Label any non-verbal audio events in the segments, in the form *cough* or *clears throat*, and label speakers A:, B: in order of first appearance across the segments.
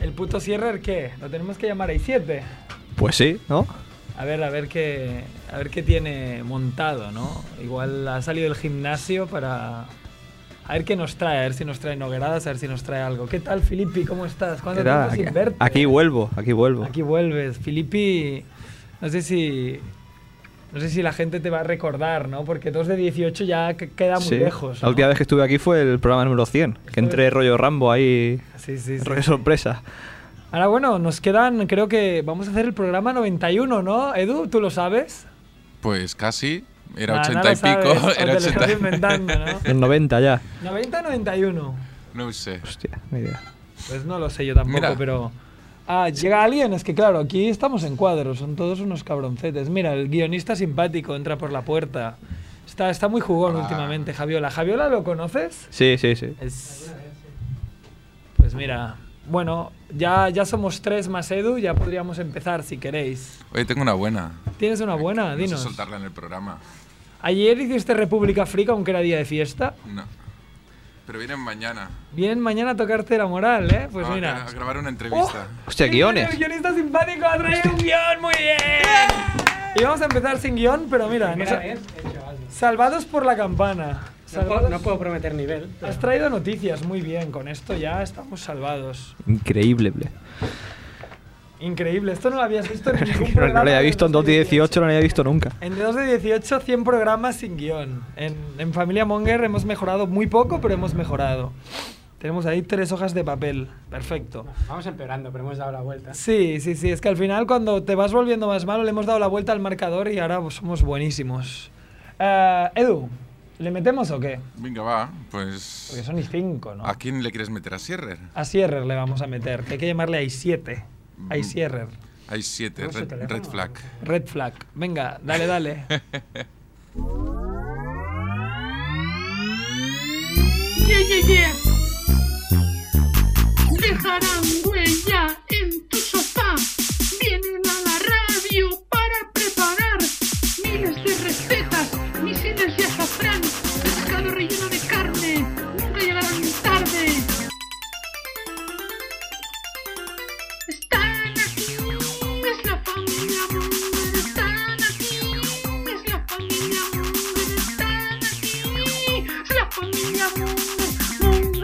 A: ¿El puto Sierrer qué? ¿Lo tenemos que llamar ahí 7?
B: Pues sí, ¿no?
A: A ver, a ver qué, a ver qué tiene montado, ¿no? Igual ha salido del gimnasio para a ver qué nos trae, a ver si nos trae nogueradas, a ver si nos trae algo. ¿Qué tal, Filippi? ¿Cómo estás? ¿Cuánto
B: ¿Qué tal?
A: tiempo
B: Aquí,
A: sin verte?
B: aquí vuelvo, aquí vuelvo.
A: Aquí vuelves. Filippi, no sé si no sé si la gente te va a recordar, ¿no? Porque 2 de 18 ya que- queda muy
B: Sí.
A: lejos.
B: La
A: ¿no?
B: última vez que estuve aquí fue el programa número 100, que entré rollo Rambo ahí,
A: Sí, sí, sí.
B: rollo sorpresa.
A: Ahora bueno, nos quedan, creo que vamos a hacer el programa 91, ¿no? Edu, ¿tú lo sabes?
C: Pues casi. Era
A: Nah,
C: 80
A: no lo
C: y pico.
A: sabes, o
C: *laughs* era
A: te lo estás
C: 80.
A: inventando, ¿no?
B: En 90 ya.
A: 90 91.
C: *laughs* No sé.
B: Hostia, ni idea.
A: Pues no lo sé yo tampoco,
C: Mira.
A: pero. Ah, llega alguien, es que claro, aquí estamos en cuadros, son todos unos cabroncetes. Mira, el guionista simpático entra por la puerta. Está, está muy jugón
C: Ah.
A: últimamente, Javiola. ¿Javiola lo conoces?
B: Sí, sí, sí.
A: Es. Pues mira, bueno, ya, ya somos tres más Edu, ya podríamos empezar si queréis.
C: Oye, tengo una buena.
A: ¿Tienes una buena?
C: No sé
A: Ah, Dinos.
C: soltarla en el programa.
A: Ayer hiciste República Frica, aunque era día de fiesta.
C: No. Pero vienen mañana.
A: Vienen mañana a tocarte la moral, ¿eh? Pues
C: Ah,
A: mira.
C: A grabar una entrevista.
A: Oh,
B: Hostia,
A: sí,
B: guiones.
A: El guionista simpático ha
D: Este-
A: traído un guión, muy bien. Y vamos a empezar sin guión, pero mira, nos ha-
D: Primera vez, eh, chaval.
A: salvados por la campana.
D: No
A: Salvados-
D: puedo, no puedo prometer nivel. pero-
A: Has traído noticias, muy bien, con esto ya estamos salvados.
B: Increíble, ble.
A: Increíble, esto no lo habías visto
B: *laughs*
A: en ningún
B: No,
A: programa.
B: no lo había
A: de
B: visto en 2 de 18, no lo había visto
E: *laughs*
B: nunca.
A: En 2 de 18, 100 programas sin guión. En, en Familia Monger hemos mejorado muy poco, pero hemos mejorado. Tenemos ahí tres hojas de papel. Perfecto.
D: Vamos empeorando, pero hemos dado la vuelta.
A: Sí, sí, sí. Es que al final cuando te vas volviendo más malo le hemos dado la vuelta al marcador y ahora pues, somos buenísimos. Eh, Edu, ¿le metemos o qué?
C: Venga, va.
A: Porque
C: Pues.
A: son y cinco, Oh. ¿no?
C: ¿A quién le quieres meter a Sierrer?
A: A Sierrer le vamos a meter, que hay que llamarle a siete. A
C: Mm.
A: Sierrer.
C: Hay siete.
D: ¿Tenemos su
C: Red,
D: teléfono?
C: red flag.
A: Red flag. Venga, dale, dale. *laughs*
F: Yeah, yeah, yeah. Dejarán huella en tu sofá. Vienen a la radio para preparar miles de recetas, misiles de azafrán, pescado relleno de carne. Nunca llegarán tarde. Están aquí, es la familia Munger. Están aquí, es la familia Munger. Están aquí, es la familia Munger. Munger, Munger.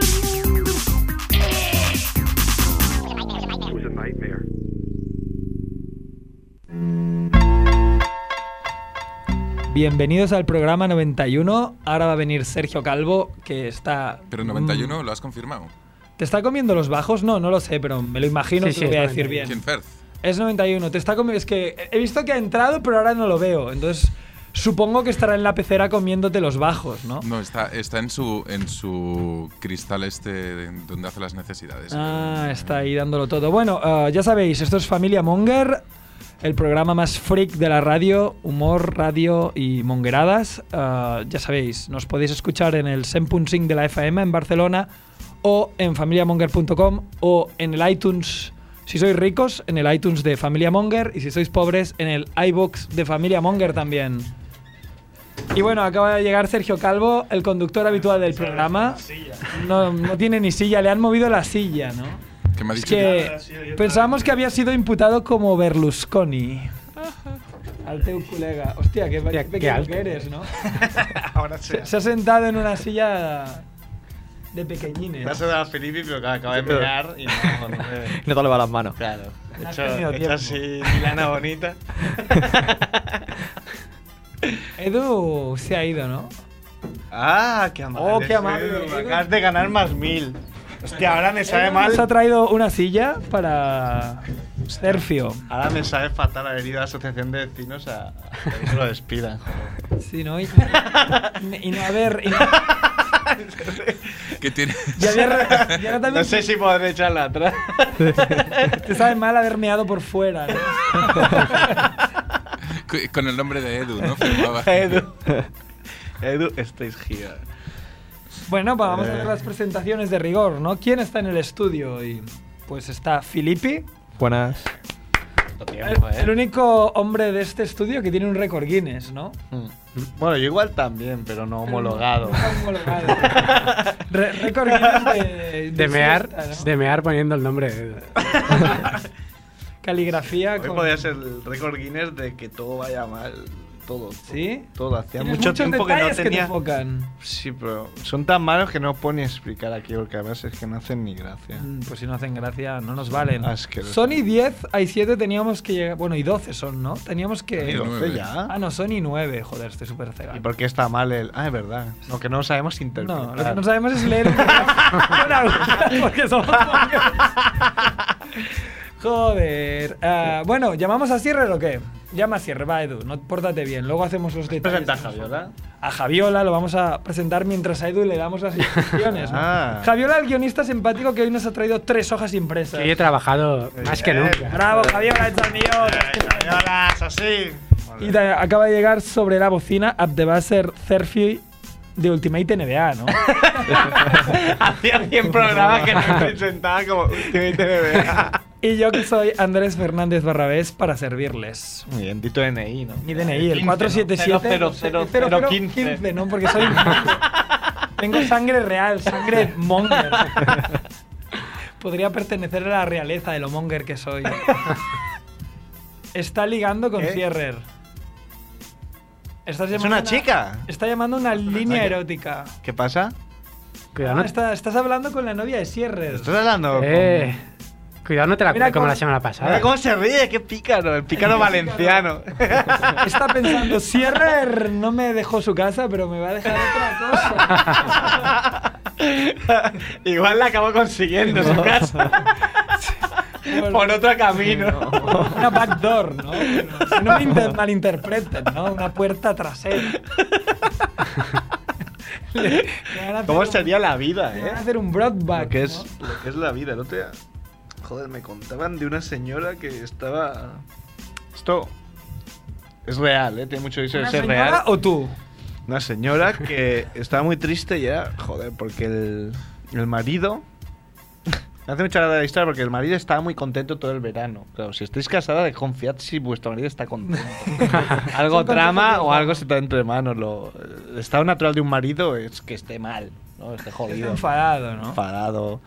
A: Bienvenidos al programa 91. Ahora va a venir Sergio Calvo, que está... Mm.
C: Pero 91 lo has confirmado.
A: ¿Te está comiendo los bajos? No, no lo sé, pero me lo imagino
D: Sí,
A: que
D: sí,
A: lo voy a
D: es
A: decir
D: 91.
A: bien.
C: ¿Quién Perth?
A: Es 91, te está comiendo. Es que he visto que ha entrado, pero ahora no lo veo. Entonces, supongo que estará en la pecera comiéndote los bajos, ¿no?
C: No, está, está en su en su cristal este de- donde hace las necesidades.
A: Ah, está ahí dándolo todo. Bueno, ah, ya sabéis, esto es Familia Monger, el programa más freak de la radio, humor, radio y mongeradas. Ah, ya sabéis, nos podéis escuchar en el 100.5 de la FM en Barcelona o en familiamonger.com o en el iTunes. Si sois ricos, en el iTunes de Familia Monger y si sois pobres, en el iBox de Familia Monger también. Y bueno, acaba de llegar Sergio Calvo, el conductor habitual del programa. No, no tiene ni silla, le han movido la silla, ¿no?
C: ¿Qué me ha
A: Es
C: dicho?
A: que pensábamos que había sido imputado como Berlusconi. Al teu colega. Hostia, qué,
D: Hostia,
A: qué
D: qué
A: pequeño
D: alto.
A: que eres, ¿no?
G: *laughs* Ahora sí.
A: Se, se ha sentado en una silla de
G: Me has
A: pequeñines.
G: dado a Felipe, pero claro, acaba de mirar y no, no
B: *laughs*
G: me-
B: No te lava las manos.
G: Claro.
A: No has
G: Hecho,
A: tenido
G: hecho
A: tiempo.
G: así, lana bonita.
A: Edu se ha ido, ¿no?
G: ¡Ah, qué amable!
A: Oh, qué
G: soy,
A: amable.
G: Me acabas de ganar más mil. Hostia, ahora me sabe mal.
A: Se ha traído una silla para Sergio.
G: Ahora me sabe fatal haber ido a la asociación de vecinos a, a que se lo despidan.
A: Sí, ¿no? Y, y no, a ver. y no-
C: ¿Qué tiene?
A: y había
E: *laughs*
A: re- y ahora también
G: No sé si podré echarla atrás.
A: te sabe mal haber meado por fuera, ¿no?
E: *laughs*
C: Cu- *laughs* Con el nombre de Edu, ¿no?
A: *laughs*
C: Firmaba.
A: Eh,
G: Edu. Edu, estáis giga.
A: Bueno, pues
E: Eh.
A: vamos a hacer las presentaciones de rigor, ¿no? ¿Quién está en el estudio hoy? Pues está Filippi,
B: Buenas.
E: tanto
A: El,
E: tiempo, ¿eh?
A: el único hombre de este estudio que tiene un récord Guinness, ¿no?
E: Mm. Bueno, yo igual también, pero no homologado.
A: *laughs* Homologado.
G: *laughs*
A: Re- récord Guinness de,
D: De mear,
A: siesta, ¿no?
D: de mear poniendo el nombre. de-
A: Caligrafía.
E: Hoy
A: con-
E: podría ser el récord Guinness de que todo vaya mal. Todo.
A: ¿Sí?
E: Todo. Hacía
A: Tienes
E: mucho
A: muchos
E: tiempo que no
A: detalles te
E: tenía.
A: enfocan.
E: sí, pero son tan malos que no puedo ni explicar aquí porque a veces es que no hacen ni gracia.
A: Mm, Pues si no hacen gracia, no nos valen.
E: Asqueroso.
A: Sony 10, hay 7 teníamos que llegar. Bueno, y 12 son, ¿no? Teníamos
E: Y
A: que.
C: Sony
E: doce
C: nueve.
E: ya.
A: Ah, no, Sony 9. Joder, estoy súper cegado.
E: ¿Y por qué está mal el.? Ah, es verdad. No, que no sabemos interpretar.
A: No, lo que no sabemos es leer
E: *laughs*
A: un programa. porque somos pocos. Joder. Ah, bueno, ¿llamamos a cierre o qué? Llama a cierre, va, Edu. No, pórtate bien. Luego hacemos los detalles.
E: Presenta a Javiola.
A: A Javiola lo vamos a presentar mientras a Edu le damos las instrucciones. ¿no?
E: Ah.
A: Javiola, el guionista simpático que hoy nos ha traído tres hojas impresas.
D: Que yo he trabajado más
E: eh.
D: que nunca.
A: Bravo, Javiola, es el mío.
E: Javiola, es así.
A: Y te- acaba de llegar sobre la bocina Abdebaser Cerfi de Ultimate NBA,
E: *laughs*
A: ¿no?
E: *laughs* Hacía 100 programas que me presentaba como.
A: *laughs* y yo que soy Andrés Fernández Barrabés para servirles.
E: Muy bien, Tito NI, ¿no?
A: Mi DNI, el
E: 477
A: 477 0015, ¿no? Porque soy. *laughs* Tengo sangre real, sangre
E: *laughs*
A: monger. Podría pertenecer a la realeza de lo monger que soy. Está ligando con
E: ¿Eh?
A: Cierrer. Estás
E: ¿Es
A: llamando
E: una chica?
A: Está llamando una línea
E: chica.
A: erótica.
E: ¿Qué pasa?
D: Cuidado, no,
A: Está- estás hablando con la novia de Cierrer.
E: ¿Estás hablando?
D: eh, cuidado, no te la
A: Mira
D: cuento como
A: cómo-
D: la semana
E: con- Mira
D: pasada.
E: ¿Cómo se ríe? ¡Qué pícaro! El pícaro valenciano.
A: Está pensando, Cierrer no me dejó su casa, pero me va a dejar otra cosa.
E: *laughs* Igual la acabo consiguiendo en su
A: *laughs*
E: casa. *laughs* Por otro camino.
A: Una backdoor, ¿no? Que No me inter- malinterpreten, ¿no? Una puerta
E: *laughs*
A: trasera. Le- le van a hacer
E: ¿Cómo
A: un-
E: sería la vida,
A: le van a
E: eh?
A: hacer un broadback.
E: Lo que es, lo que es la vida, ¿no te Joder, me contaban de una señora que estaba... Esto es real, ¿eh? Tiene mucho dicho de
A: ¿Una
E: ser
A: señora
E: real.
A: o tú?
E: Una señora que estaba muy triste ya, joder, porque el, el marido... Me hace mucha gracia la historia porque el marido estaba muy contento todo el verano. Claro, si estáis casada, desconfiad si vuestro marido está contento. algo
A: *laughs* Son
E: trama
A: consejos
E: o
A: de-
E: algo se te da entre manos. Lo, el estado natural de un marido es que esté mal, ¿no? Esté jodido
A: Enfadado, ¿no?
E: enfadado.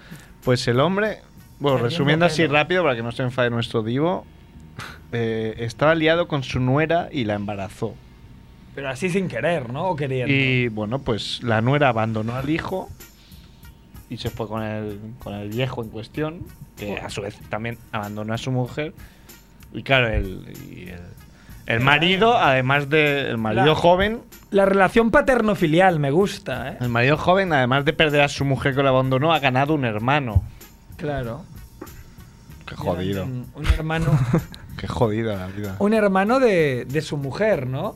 E: Pues el hombre, bueno,
A: Perdiendo
E: resumiendo así
A: pelo.
E: rápido para que no se enfade nuestro divo, eh, estaba liado con su nuera y la embarazó.
A: Pero así sin querer, ¿no? O queriendo.
E: Y bueno, pues la nuera abandonó al hijo y se fue con el, con el viejo en cuestión, que a su vez también abandonó a su mujer. Y claro, el, y el, el marido, además de el marido
A: La-
E: joven,
A: La relación paterno-filial me gusta, ¿eh?
E: el marido joven, además de perder a su mujer que lo abandonó, ha ganado un hermano.
A: Claro.
E: Qué jodido.
A: Un, un hermano.
E: Qué jodida la vida.
A: Un hermano de, de su mujer, ¿no?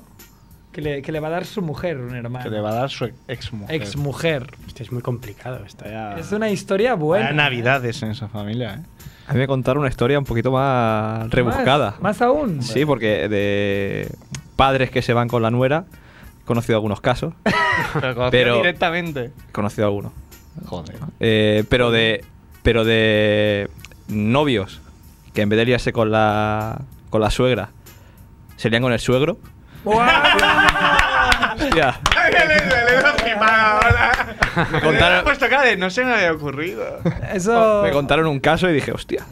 A: Que le, que le va a dar su mujer, un hermano.
E: Que le va a dar su ex mujer. Ah.
A: Ex mujer.
D: Esto es muy complicado. Esto ya...
A: Es una historia buena.
E: Hay navidades en esa *laughs* familia, ¿eh?
B: A mí me contaron una historia un poquito más rebuscada.
A: Más, más aún.
B: Sí, porque de padres que se van con la nuera, he conocido algunos casos,
E: Pero,
B: Pero-
E: directamente.
B: he conocido algunos.
E: Joder.
B: Eh, pero de pero de novios que en vez de liarse con la con la suegra, se lían con el suegro. Hostia, me contaron,
E: no se me había ocurrido.
A: Eso,
B: Oh, me contaron un caso y dije, hostia,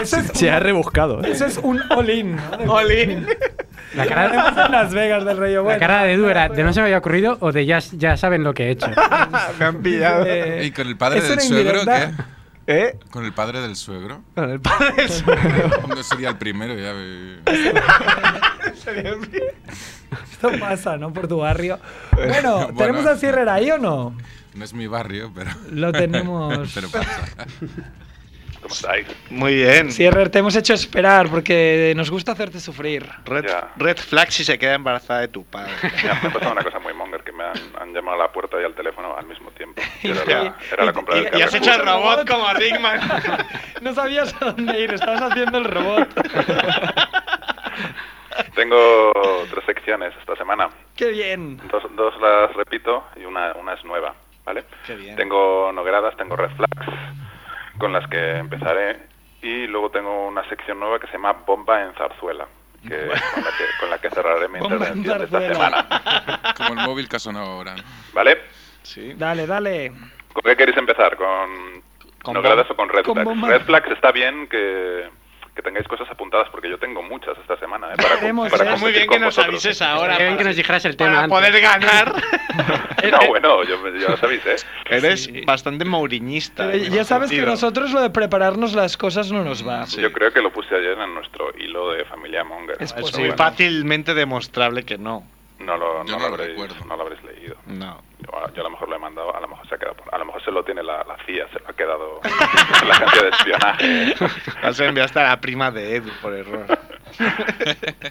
A: eso, es,
B: se ha rebuscado. ¿eh?
A: eso es un all-in, ¿no?
E: *laughs*
A: De-
E: Olín.
D: La
A: Ahora
D: cara,
A: vemos en Las Vegas del Rayo
D: la
A: Bueno.
D: cara de Edu era de no se me había ocurrido o de ya, ya saben lo que he *laughs* hecho.
E: me han pillado.
A: *laughs* Eh,
C: ¿Y con el padre
A: es
C: del
A: una
C: suegro
A: indirecta.
C: qué?
E: ¿Eh?
C: ¿Con el padre del suegro?
E: Con el padre del suegro.
C: *laughs* No sería el primero, ya. eh.
A: Esto pasa, ¿no? Por tu barrio. Bueno,
C: Bueno.
A: ¿tenemos a Cierrer ahí o no?
C: No es mi barrio, pero.
A: Lo tenemos.
C: *laughs* pero pasa.
E: Muy bien.
A: Cierrer, te hemos hecho esperar porque nos gusta hacerte sufrir.
E: Red,
H: Ya.
E: red flag si se queda embarazada de tu padre.
H: Mira, me ha
E: *laughs*
H: pasado una cosa muy monger, que me han, han llamado a la puerta y al teléfono al mismo
A: *laughs*
H: tiempo.
A: Y-
H: Era la, era la compra del
A: y- y has hecho el
H: Carrefour.
A: robot
E: como Rickman.
A: No sabías a dónde ir, estabas haciendo
H: *laughs*
A: el
E: *laughs*
A: robot.
H: Tengo tres secciones esta semana.
A: ¡Qué bien!
H: Dos, dos las repito y una, una es nueva, ¿vale?
E: Qué bien.
H: Tengo nogradas, tengo red flags, con las que empezaré. Y luego tengo una sección nueva que se llama Bomba en Zarzuela, que con, la que, con la que cerraré mi
A: Bomba en
H: intervención de esta
A: zarzuela.
H: semana.
C: Como el móvil que ha sonado ahora. ¿no?
H: ¿Vale?
C: Sí.
A: Dale, dale.
H: ¿Con qué queréis empezar? ¿Con,
G: Con
H: novedades
G: bom-
H: o con Red
A: con
H: Flags?
A: bomba.
H: Red Flags está bien que, que tengáis cosas apuntadas, porque yo tengo muchas esta semana. ¿eh? Para,
A: Queremos,
H: com- para
A: eh.
H: competir
E: pues Muy bien
H: con
E: que nos
H: vosotros.
E: avises ahora.
D: Estaría bien
E: para-
D: que nos dijeras el tema
E: para
D: antes.
E: poder ganar.
H: *laughs* No, bueno, yo, ya lo sabéis, ¿eh?
E: Eres
G: Eres
E: bastante mauriñista.
A: Pero Eh, ya sabes que nosotros lo de prepararnos las cosas no nos va.
E: Sí.
H: Yo creo que lo puse ayer en nuestro hilo de Familia Monger.
A: Es
H: Eso,
A: posible.
H: bueno,
E: Fácilmente demostrable que no.
H: No lo, no
C: Yo
H: lo
C: no lo
H: habréis,
C: recuerdo.
H: no lo habréis leído.
A: *laughs*
E: No.
H: Yo a, yo a lo mejor lo he mandado, a lo mejor se ha quedado, por- a lo mejor se lo tiene la, la CIA, se lo ha quedado la agencia de
E: *laughs*
H: espionaje.
E: Has enviado hasta la prima de Edu por error.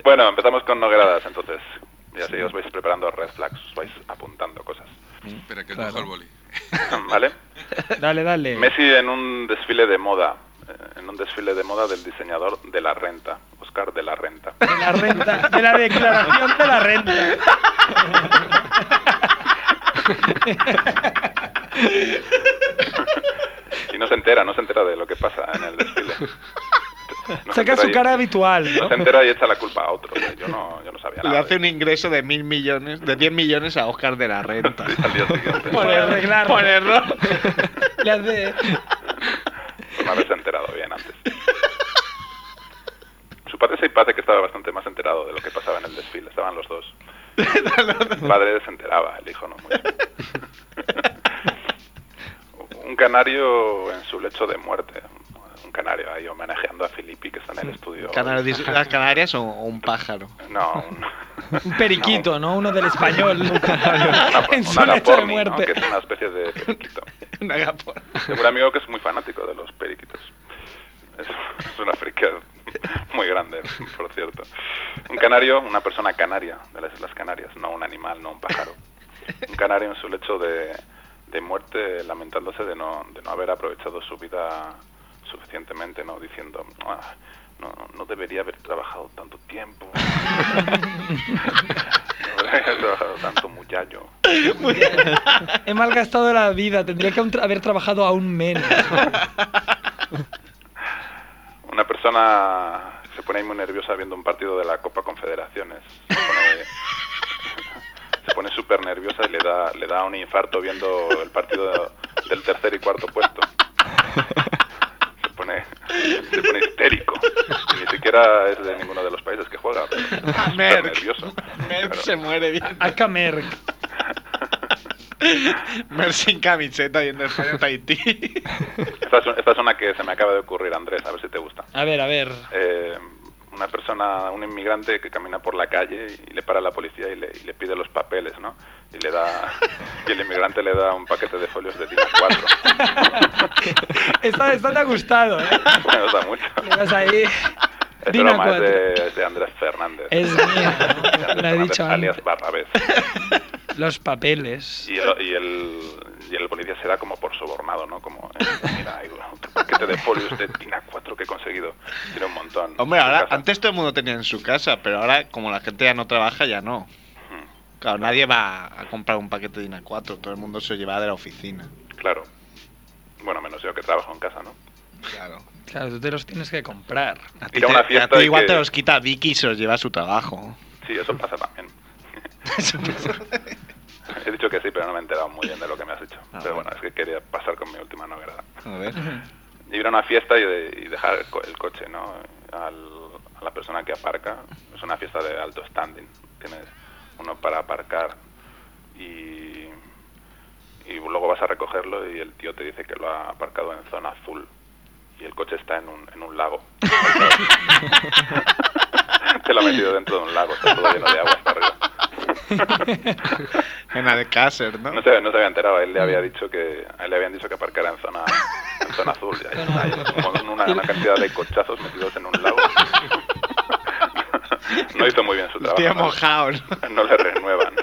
H: Bueno, empezamos con Nogueradas, entonces. Y así os vais preparando red flags, os vais apuntando cosas.
C: Espera, que
A: Claro.
C: cojo el boli.
H: *clears throat* ¿Vale?
A: *laughs* Dale, dale.
H: Messi en un desfile de moda, eh, en un desfile de moda del diseñador de la renta, Oscar de la renta.
A: De la renta, de la declaración de la renta.
H: Y no se entera, no se entera de lo que pasa en el
A: *laughs*
H: desfile. No se
A: Saca
H: entera
A: su
H: y-
A: cara habitual,
H: No se
A: ¿no?
H: entera y echa la culpa a otro. ¿eh? Yo no, yo no sabía nada.
E: Le hace un ingreso de mil millones, de 10 millones a Oscar de la
H: *laughs*
E: Renta.
H: Al día siguiente,
A: Por arreglar. *laughs*
E: Por error.
A: Le hace-
H: por *laughs* no haberse enterado bien antes. Su padre se parece que estaba bastante más enterado de lo que pasaba en el desfile. Estaban los
A: *laughs*
H: dos. El padre se enteraba, el hijo no mucho. Un canario en su lecho de muerte. Un canario ahí homenajeando a Filippi que está en el estudio.
E: Canarias- ¿Las Canarias o, o un pájaro? *laughs*
H: No, un, *laughs*
A: Un periquito, ¿no? Uno del *laughs* español.
H: Una,
A: en
H: una
A: su lecho de
H: agaporni, ¿no?
A: muerte.
H: que es una especie de periquito.
A: *laughs*
E: Una gapona.
H: Tengo un amigo que es muy fanático de los periquitos. Es, es una frica muy grande, por cierto. Un canario, una persona canaria de las Islas Canarias, no un animal, no un pájaro. Un canario en su lecho de, de muerte lamentándose de no, de no haber aprovechado su vida suficientemente, ¿no? Diciendo, "Ah, no, no debería haber trabajado tanto tiempo. *laughs* No debería haber trabajado tanto muchacho.
A: He malgastado la vida. Tendría que aún tra- haber trabajado aún menos.
H: Una persona se pone ahí muy nerviosa viendo un partido de la Copa Confederaciones. Se pone- *laughs* Se pone súper nerviosa y le da, le da un infarto viendo el partido del tercer y cuarto puesto. Se pone, se pone histérico. Y Ni siquiera es de ninguno de los países que juega. pero se pone
E: Merck.
H: nervioso.
E: Merck
H: Claro.
E: se muere bien.
A: *laughs* Acá Merck.
E: Merck sin camiseta yendo a Tahití.
H: Esta es, esta es una que se me acaba de ocurrir, Andrés, a ver si te gusta.
A: A ver, a ver.
H: eh, una persona, un inmigrante que camina por la calle y le para la policía y le, y le pide los papeles, ¿no? Y le da *laughs* y el inmigrante le da un paquete de folios de Dina 4.
A: *laughs* Esta, esta te ha gustado, *laughs* ¿eh?
H: Me gusta mucho.
A: Le das ahí.
H: Es
A: Dina
H: broma, es
A: 4.
H: de, es de Andrés Fernández.
A: Es mía.
H: De Andrés
A: ¿no? La he
H: Fernández,
A: dicho antes.
H: alias Barrabés.
A: Los papeles.
H: Y el, y, el, y el policía se da como por sobornado, ¿no? Como, eh, mira, hay un paquete de folios de Dina 4 que he conseguido. Tiene un montón.
E: Hombre,
H: En su
E: ahora,
H: casa.
E: antes todo el mundo tenía en su casa, pero ahora como la gente ya no trabaja, ya no.
H: Mm,
E: Claro, nadie va a comprar un paquete de INA 4, todo el mundo se lo lleva de la oficina.
H: Claro. Bueno, menos yo que trabajo en casa, ¿no?
E: Claro.
A: Claro, tú te los tienes que comprar.
E: A ti,
H: Ir a una
E: te-
H: fiesta
E: a ti
H: y
E: igual
H: que-
E: te los quita Vicky y se los lleva a su
H: *laughs*
E: trabajo.
H: Sí, eso pasa también. *laughs* He dicho que sí, pero no me he enterado muy bien de lo que me has dicho.
E: Ah,
H: pero
E: bueno.
H: bueno, es que quería pasar con mi última novedad.
E: A ver.
H: Ir a una fiesta y, de- y dejar el, co- el coche, ¿no? Al- a la persona que aparca. Es una fiesta de alto standing. Tienes uno para aparcar y, y luego vas a recogerlo y el tío te dice que lo ha aparcado en zona azul. Y el coche está en un, en un lago. te lo ha metido dentro de un lago, está todo lleno de agua hasta arriba.
E: En Alcácer, ¿no?
H: No se, no se había enterado, a él le había dicho que a él le habían dicho que aparcara en zona en zona azul, y ahí está, y con una, una cantidad de cochazos metidos en un lago. No hizo muy bien su
E: Los tíos
H: trabajo.
E: mojados, ¿no?
H: *laughs* ¿no? No le renuevan.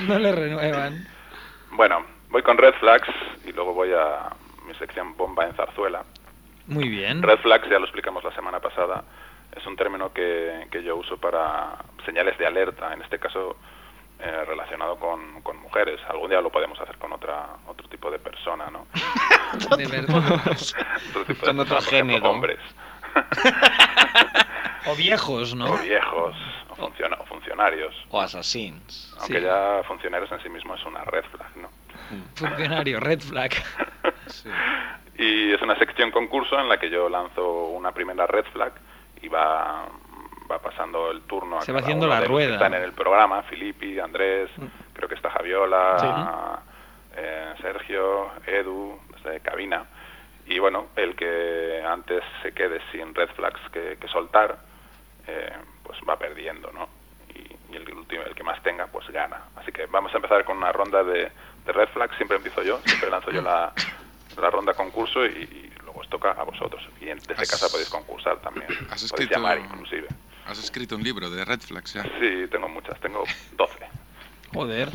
A: No le eh, renuevan.
H: Bueno, voy con Red Flags y luego voy a mi sección Bomba en Zarzuela.
A: Muy bien.
H: Red flags, ya lo explicamos la semana pasada, es un término que, que yo uso para señales de alerta. En este caso, eh, relacionado con, con mujeres. Algún día lo podemos hacer con otra otro tipo de persona,
E: *laughs*
H: ¿no?
I: De verdad.
H: Otro tipo de
E: Con
H: persona,
E: otro
H: por ejemplo,
E: género. *laughs*
H: Hombres.
I: O viejos, ¿no?
H: O viejos, o, funciona- o funcionarios.
E: O Assassins.
H: Aunque
I: Sí.
H: ya funcionarios en sí mismo es una red flag, ¿no?
I: Funcionario, red flag.
E: Sí.
H: Y es una sección concurso en la que yo lanzo una primera red flag y va, va pasando el turno a
I: Se va
H: cada
I: haciendo
H: uno
I: la
H: de los que
I: rueda. Mm.
H: Están en el programa, Filippi, Andrés, creo que está Javiola, eh, Sergio, Edu, desde cabina. Y bueno, el que antes se quede sin red flags que, que soltar, eh, pues va perdiendo, ¿no? Y, y el, último, el que más tenga, pues gana. Así que vamos a empezar con una ronda de, de red flags. Siempre empiezo yo, siempre lanzo yo la, la ronda concurso y, y luego os toca a vosotros. Y en- desde
C: Has-
H: casa podéis concursar también.
C: has
H: Podéis
C: escrito- Ah.
H: llamar inclusive.
C: Has escrito un libro de Red Flags ya.
H: Sí, tengo muchas, tengo 12.
I: Joder.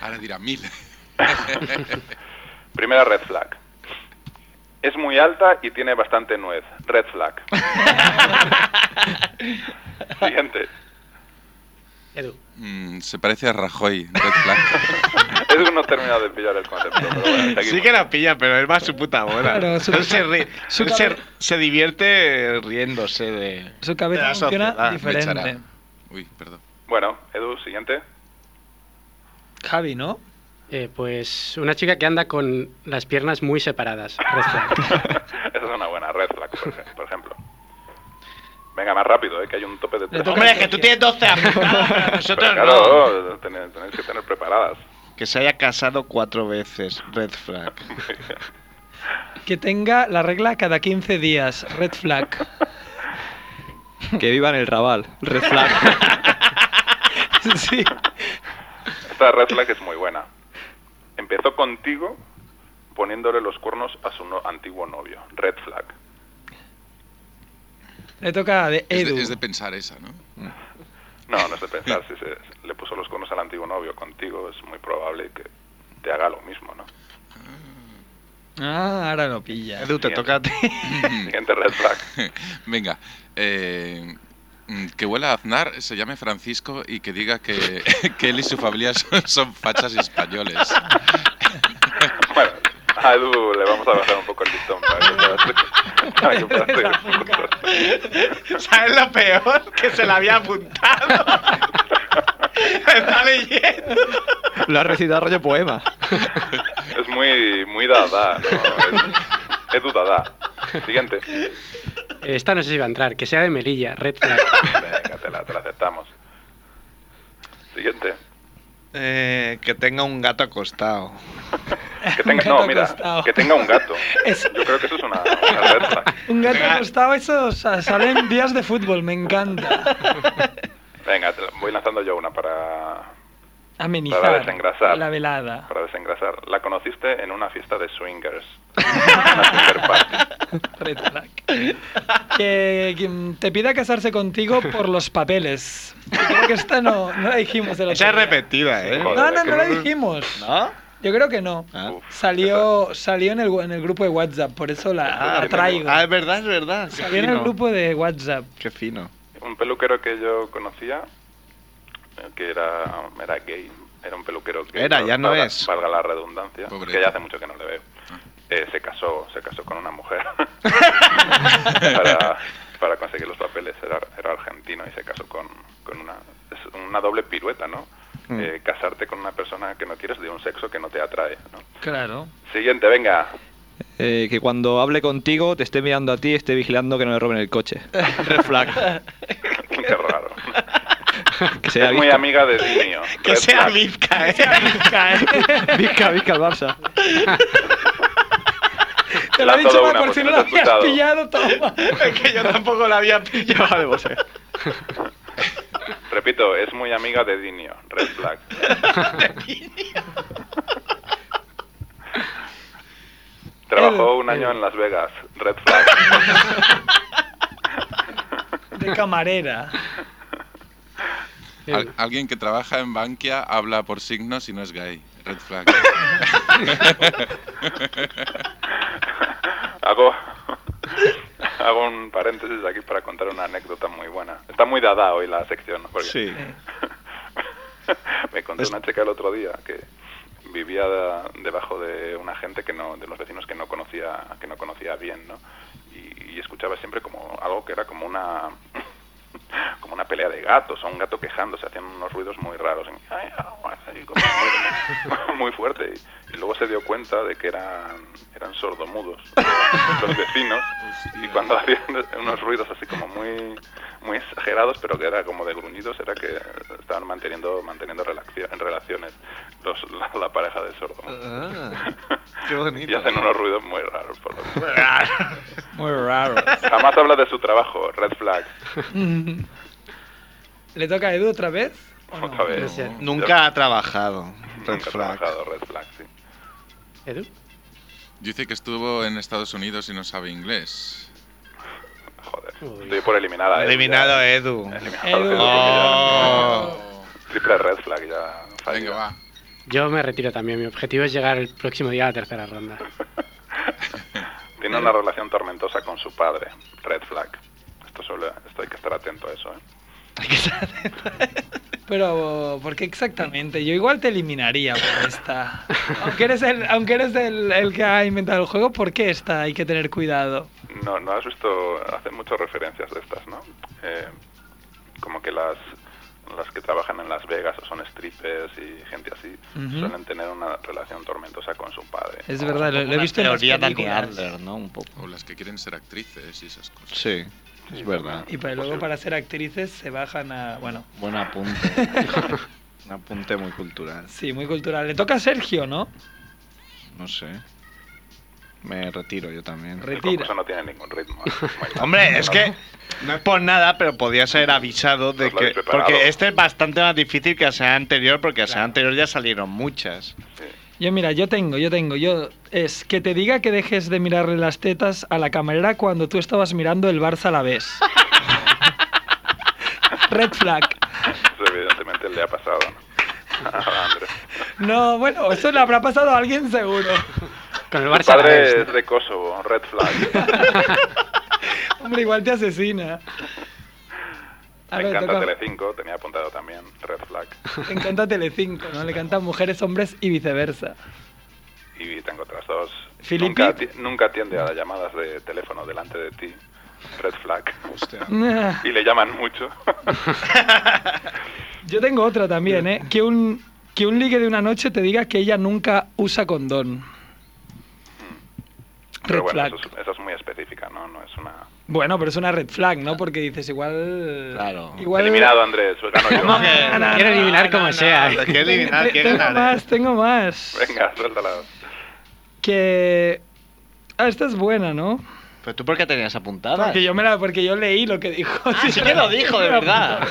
C: Ahora dirá mil. *laughs*
H: Primera red flag. Es muy alta y tiene bastante nuez. Red flag. Siguiente.
I: Edu.
C: Mm, se parece a Rajoy. Red Flag.
A: *laughs*
H: Es que no he terminado de pillar el concepto, pero bueno, seguimos.
E: Sí que la pilla, pero él va a su puta bola.
A: Claro, su-
E: Él se, ríe-
A: su
E: él se-
A: cabeza-
E: se divierte riéndose de...
A: Su
E: De
A: cabeza
E: la
A: funciona
E: sociedad, me
A: diferente.
E: echará.
C: Uy, perdón.
H: Bueno, Edu, siguiente.
A: Javi, ¿no?
D: Eh, pues una chica que anda con las piernas muy separadas. Red
E: *laughs*
D: flag.
H: *laughs* Esa es una buena red flag, por ej- por ejemplo. Venga, más rápido, ¿eh? que hay un tope de tres.
A: toca-
E: Hombre, que tú tienes
A: *laughs*
E: 12 apuntadas, pero nosotros
H: Pero
E: no.
H: claro, ten- tenéis, que tener preparadas.
E: Que se haya casado cuatro veces, Red Flag.
A: Que tenga la regla cada 15 días. Red flag.
B: Que viva en el Raval. Red flag.
A: sí.
H: Esta red flag es muy buena. Empezó contigo poniéndole los cuernos a su no- antiguo novio. Red flag.
A: Le toca de
C: Es
A: Edu.
C: de, es de pensar esa,
A: *laughs*
C: ¿no?
H: No, no es de pensar. Si se, le puso los cuernos al antiguo novio contigo, es muy probable que te haga lo mismo, ¿no?
A: Ah, ahora lo pilla.
E: Edu, te toca a ti.
C: Mm.
H: Siguiente red flag.
C: Venga. eh, mm, que huela a Aznar, se llame Francisco y que diga que, *laughs* que él y su familia son, son fachas
E: *laughs*
C: españoles.
H: Bueno, a Edu le vamos a bajar un poco el listón para que pueda-
E: *laughs*
H: para que pueda seguir.
E: ¿Sabes lo peor? Que se la había apuntado.
H: *laughs*
E: Está leyendo.
B: Lo ha recitado rollo poema.
H: Es muy, muy dada, ¿no? Es, es dudada. Siguiente.
D: Eh, Esta no sé si va a entrar. Que sea de Melilla. Red
E: *laughs*
D: flag.
H: Venga, te la, te la aceptamos. Siguiente.
E: *laughs* Eh, que tenga un gato acostado.
H: Que tenga,
A: Un gato
H: no, mira,
A: acostado.
H: que tenga un
E: *laughs*
H: gato.
A: Es-
H: Yo creo que eso es una, una red flag.
A: Un gato acostado, eso sa- salen días de fútbol, me
E: *laughs*
A: encanta.
H: Venga, te la- voy lanzando yo una para,
A: Amenizar
H: Para desengrasar.
A: la velada.
H: para desengrasar. La conociste en una fiesta de swingers. Una swinger party.
A: Red flag. Que, que te pida casarse contigo por los papeles. Creo que esta no, no la dijimos el otro
E: Esa es
A: día.
E: repetida, ¿eh?
H: Joder.
A: No, no, no la dijimos.
E: ¿No?
A: Yo creo que no.
E: Ah.
H: Uf,
A: Salió, salió en, el, en el grupo de WhatsApp, por eso la,
E: Ah,
A: la traigo.
E: Ah, es verdad, es verdad. Qué
A: Salió en el
E: fino.
A: grupo de WhatsApp. *laughs*
E: Qué fino.
H: un peluquero que yo conocía, eh, que era, era gay, era un peluquero gay.
E: Era, ya no
H: valga,
E: es.
H: Valga la redundancia,
C: Pobre.
H: que ya hace mucho que no le veo. Eh, se casó, se casó con una mujer
E: *laughs*
H: para, para conseguir los papeles. Era, era argentino y se casó con, con una, es una doble pirueta, ¿no?
E: Mm.
H: Eh, casarte con una persona que no quieres de un sexo que no te atrae. ¿no?
A: Claro.
H: Siguiente, venga.
B: *laughs* Eh, que cuando hable contigo te esté mirando a ti y esté vigilando que no le roben el coche. Red flag.
H: *laughs* Qué raro.
B: Que sea
H: Es muy
B: Vizca.
H: amiga de Dinio.
E: Que
H: Red
E: sea
H: flag.
E: Vizca, ¿eh?
B: Vizca, Vizca, el Barça.
A: Te lo he
H: Lanzo
A: dicho
H: de
A: para
H: una,
A: por si
H: porque no
A: no la
H: te he
A: habías
H: escuchado.
A: pillado, toma.
E: Es que yo tampoco la había pillado.
B: Vale, vos, eh.
H: Repito, es muy amiga de Dinio. Red flag. *laughs* Trabajó un año en Las Vegas. Red flag.
A: De camarera.
C: Al- alguien que trabaja en Bankia habla por signos y no es gay. Red Flag.
H: Hago, *laughs* hago un paréntesis aquí para contar una anécdota muy buena. Está muy dada hoy la sección. ¿no? Porque
E: Sí.
H: *laughs* me contó una chica el otro día que vivía da- debajo de una gente que no, de los vecinos que no conocía, que no conocía bien, ¿no? Y, y escuchaba siempre como algo que era como una como una pelea de gatos o un gato quejándose, hacían unos ruidos muy raros, y, "Ay, au", así como muy, *laughs* muy fuerte. Y luego se dio cuenta de que eran, eran sordomudos *laughs* los vecinos y cuando hacían unos ruidos así como muy muy exagerados, pero que era como de gruñidos, era que estaban manteniendo manteniendo relacio- relaciones los- la, la pareja de sordomudos.
E: Ah,
H: *laughs*
E: qué
H: Y
E: bonito.
H: hacen unos ruidos muy raros. Por lo que-
I: Muy raro.
H: Jamás habla de su trabajo, Red Flag.
A: *laughs* ¿Le toca a Edu otra vez? ¿O no?
H: Otra vez.
D: Gracias.
E: Nunca ha trabajado.
H: Nunca
E: Red
H: he
E: flag.
H: trabajado Red Flag, sí.
D: Edu.
C: Dice que estuvo en Estados Unidos y no sabe inglés.
H: Joder.
D: Uy.
H: Estoy por eliminada. eh,
E: Eliminado
H: ya.
E: Edu.
H: Eliminado,
A: Edu.
H: Edu,
E: Oh.
H: ya. Triple Red Flag ya.
C: Venga, va.
D: Yo me retiro también. Mi objetivo es llegar el próximo día a la tercera *laughs* ronda.
H: Tiene una relación tormentosa con su padre. Red Flag. Esto, suele- esto hay que estar atento a eso, ¿eh?
A: *laughs* Pero, ¿por qué exactamente? Yo igual te eliminaría por esta. Aunque eres, el, aunque eres el, el que ha inventado el juego, ¿por qué esta? Hay que tener cuidado.
H: No, no has visto, hacen muchas referencias de estas, ¿no? Eh, como que las, las que trabajan en Las Vegas o son strippers y gente así
A: Ujú.
H: suelen tener una relación tormentosa con su padre.
A: Es verdad, lo, lo he
E: Una
A: visto en las
E: teoría Daniel
A: películas.
E: Adler, ¿no? Un poco.
C: O las que quieren ser actrices y esas cosas.
E: Sí, es verdad.
A: Y para, luego para ser actrices se bajan a... Bueno, *laughs*
E: Buen apunte. Un apunte muy cultural.
A: sí, muy cultural. Le toca a Sergio, ¿no?
E: No sé. Me retiro yo también.
A: Re-
H: El
A: Retira.
H: concurso no tiene ningún
A: *laughs*
H: ritmo. ¿eh? Muy mal.
E: Hombre, es
H: No,
E: que no es por nada, pero podía ser avisado de
H: Os lo habéis
E: que.
H: preparado.
E: Porque este es bastante más difícil que la semana anterior, porque la semana anterior ya salieron muchas.
A: Yo mira, yo tengo, yo tengo, yo es que te diga que dejes de mirarle las tetas a la camarera cuando tú estabas mirando el Barça a
H: *laughs*
A: la vez. Red flag.
H: eso evidentemente le ha pasado. ¿no? A
A: *laughs*
H: Andrés.
A: No, bueno, eso le habrá pasado a alguien seguro.
D: Con el
H: Su
D: Barça. a la vez,
H: padre
D: ¿no?
H: es de Kosovo, Red Flag.
A: Hombre, igual te asesina. *laughs* A
H: Me
A: ver,
H: encanta
A: toca-
H: Telecinco, tenía apuntado también, Red Flag.
A: te encanta Telecinco, ¿no? Le cantan mujeres, hombres y viceversa.
H: Y tengo otras dos.
A: Filipe.
H: Nunca, ati- nunca atiende a las llamadas de teléfono delante de ti, Red Flag.
A: *laughs*
H: y le llaman mucho.
A: Yo tengo otra también, ¿eh? Que un, que un ligue de una noche te diga que ella nunca usa condón.
H: *laughs*
A: Red
H: Pero bueno,
A: flag.
H: eso es, eso es muy específica, ¿no? No es una...
A: Bueno, pero es una red flag, ¿no? Porque dices igual.
E: Claro.
A: Igual...
H: Eliminado, Andrés, pues gano
A: *laughs*
E: ¿Cómo
H: yo.
E: que?
A: no,
D: Quiero eliminar como sea.
E: Hay que adivinar
A: Te-
E: quién
A: tengo
E: ganará.
A: más, tengo más.
H: Venga, suéltala.
A: Que. Ah, esta es buena, ¿no?
E: Pero tú, ¿por qué tenías apuntadas?
A: Porque yo me la, porque yo leí lo que dijo.
E: Ah, sí que lo dijo, de verdad.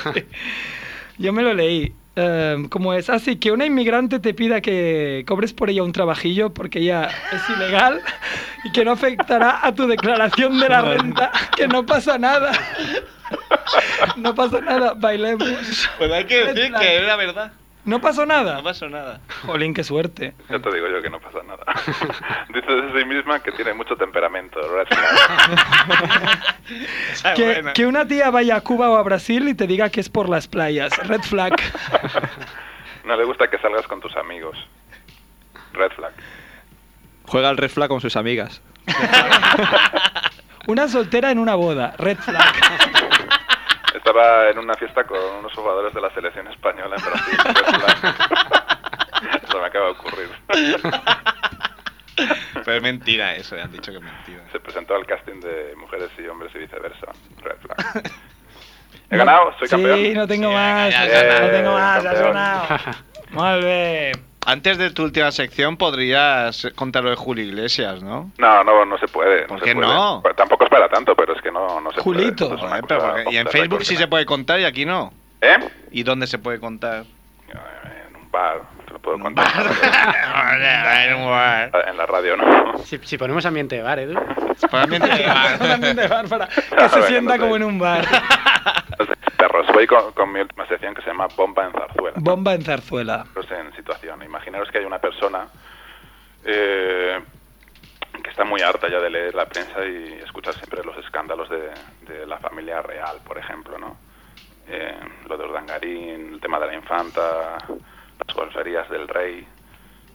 A: Yo me lo leí. Em, ¿Cómo es? Así que una inmigrante te pida que cobres por ella un trabajillo porque ella es ilegal y que no afectará a tu declaración de la renta, que no pasa nada. No pasa nada, bailemos.
E: Pues hay que
A: Red
E: decir
A: flag.
E: que era verdad.
A: No pasó nada.
E: No pasó nada. *laughs*
A: Jolín, qué suerte.
H: Ya te digo yo que no pasa nada.
A: *laughs*
H: *laughs* Dice de sí misma que tiene mucho temperamento, Red Flag.
E: Esa es
A: Que,
E: buena.
A: que una tía vaya a Cuba o a Brasil y te diga que es por las playas. Red flag.
H: No le gusta que salgas con tus amigos. Red Flag.
B: Juega al Red Flag con sus amigas.
A: Una soltera en una boda. Red flag.
H: Estaba en una fiesta con unos jugadores de la selección española en Brasil. Red Flag. Eso me acaba de ocurrir.
E: Pero es mentira eso, han dicho que es mentira.
H: Se presentó al casting de mujeres y hombres y viceversa. Red Flag. He ganado, soy campeón.
A: Sí, no tengo
E: Sí,
A: más.
E: ya has
A: no
E: ganado.
A: tengo más, has
H: Campeón.
A: ganado. Muy bien.
E: Antes de tu última sección podrías contar lo de Julio Iglesias, ¿no?
H: No, no, no se puede.
E: ¿Por
H: se
E: qué
H: puede.
E: no?
H: Pero tampoco es para tanto, pero es que no, no se
A: Julito.
H: puede. Esto es una
E: Joder, pero
H: cosa
E: porque- y en
H: off the
E: Facebook
H: record.
E: sí se puede contar y aquí no.
H: ¿Eh?
E: ¿Y dónde se puede contar?
H: En un bar, te lo puedo contar.
A: Ah,
E: Joder, en un bar.
H: En la radio, ¿no?
D: *laughs* Si, si ponemos ambiente de bar, Edu.
E: Probablemente en un bar.
A: Solamente *laughs* Bárbara. Que
H: Venga,
A: se
H: no
A: sienta
H: te-
A: como en un bar.
H: Perros, voy con, con mi última sección que se llama Bomba en Zarzuela.
A: Bomba en zarzuela.
H: Pues en situación. Imaginaros que hay una persona eh, que está muy harta ya de leer la prensa y escuchar siempre los escándalos de, de la familia real, por ejemplo, ¿no? eh, lo de Urdangarín, el tema de la infanta, las golferías del rey,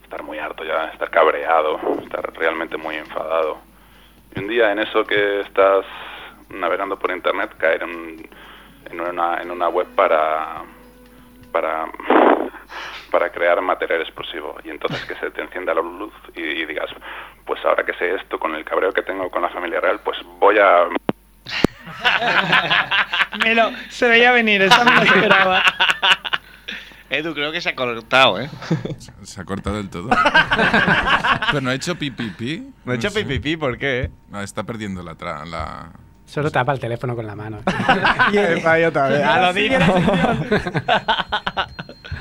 H: estar muy harto ya, estar cabreado, estar realmente muy enfadado. Y un día en eso que estás navegando por internet, caer en, en una, en una web para, para, para crear material explosivo. Y entonces que se te encienda la luz y, y digas, pues ahora que sé esto, con el cabreo que tengo con la familia real, pues voy a...
A: Me lo- se veía venir, esa me la *laughs* esperaba.
E: Edu, creo que se ha cortado, ¿eh?
J: Se ha cortado del
C: *laughs*
J: todo. Pero no ha hecho pipipi.
E: No ha hecho pipipi, ¿por qué?
J: No, Ah, está perdiendo la, tra- la...
D: Solo tapa el teléfono con la mano.
E: A lo digo.
A: *laughs*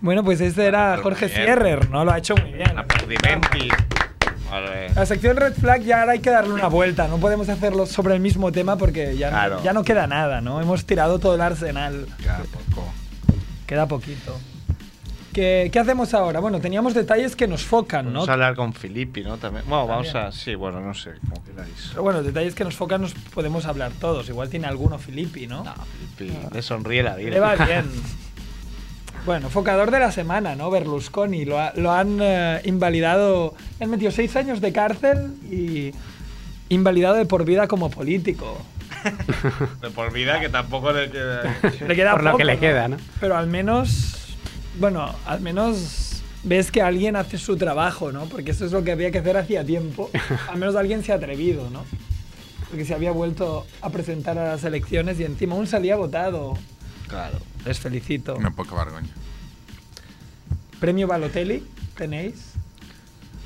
A: Bueno, pues este era Jorge
E: bien.
A: Sierrer, ¿no? Lo ha hecho muy bien.
E: Perdimenti. Vale.
A: La sección Red Flag ya ahora hay que darle una vuelta. No podemos hacerlo sobre el mismo tema porque ya,
E: Claro.
A: ya no queda nada, ¿no? Hemos tirado todo el arsenal.
J: Ya, poco.
A: Queda poquito. ¿Qué, qué hacemos ahora? Bueno, teníamos detalles que nos focan, ¿no?
E: Vamos a hablar con Filippi, ¿no? También. Bueno, vamos
A: También.
E: a. Sí, bueno, no sé, como queráis.
A: Pero bueno, detalles que nos focan nos podemos hablar todos. Igual tiene alguno Filippi, ¿no?
E: Filippi, le sonríe la vida.
D: *laughs*
A: Le va bien. Bueno, focador de la semana, ¿no? Berlusconi. Lo, ha- lo han eh, invalidado. Le han metido seis años de cárcel y. invalidado de por vida como político.
E: De por vida que tampoco
A: *laughs*
E: le queda.
A: *laughs* Le queda
D: Por lo
A: poco,
D: que le queda, ¿no?
A: Pero al menos. Bueno, al menos ves que alguien hace su trabajo, ¿no? Porque eso es lo que había que hacer hacía
E: *laughs*
A: tiempo. Al menos alguien se ha atrevido, ¿no? Porque se había vuelto a presentar a las elecciones y encima aún salía votado.
E: Claro.
A: Les felicito.
J: Una poca vergüenza.
A: Premio Balotelli, ¿tenéis?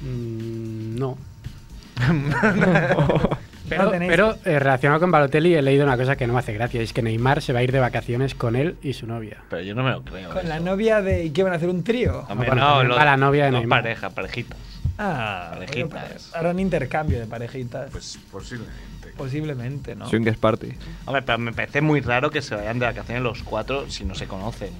D: Mm, *laughs* no.
A: No
D: Pero,
A: tenéis.
D: pero, eh, relacionado con Balotelli he leído una cosa que no me hace gracia, y es que Neymar se va a ir de vacaciones con él y su novia.
E: Pero yo no me lo creo. ¿eh?
A: Con la
E: eso.
A: novia de. ¿Y qué van a hacer? ¿Un trío?
E: Hombre,
D: Bueno,
E: no,
D: también
E: lo-
D: va la novia de
E: no
D: Neymar.
E: pareja, parejitas.
A: Ah,
E: Parejitas.
A: Harán intercambio de parejitas.
J: Pues posiblemente.
A: Posiblemente, ¿no?
B: Swingers Party.
E: Hombre, pero me parece muy raro que se vayan de vacaciones los cuatro si no se conocen.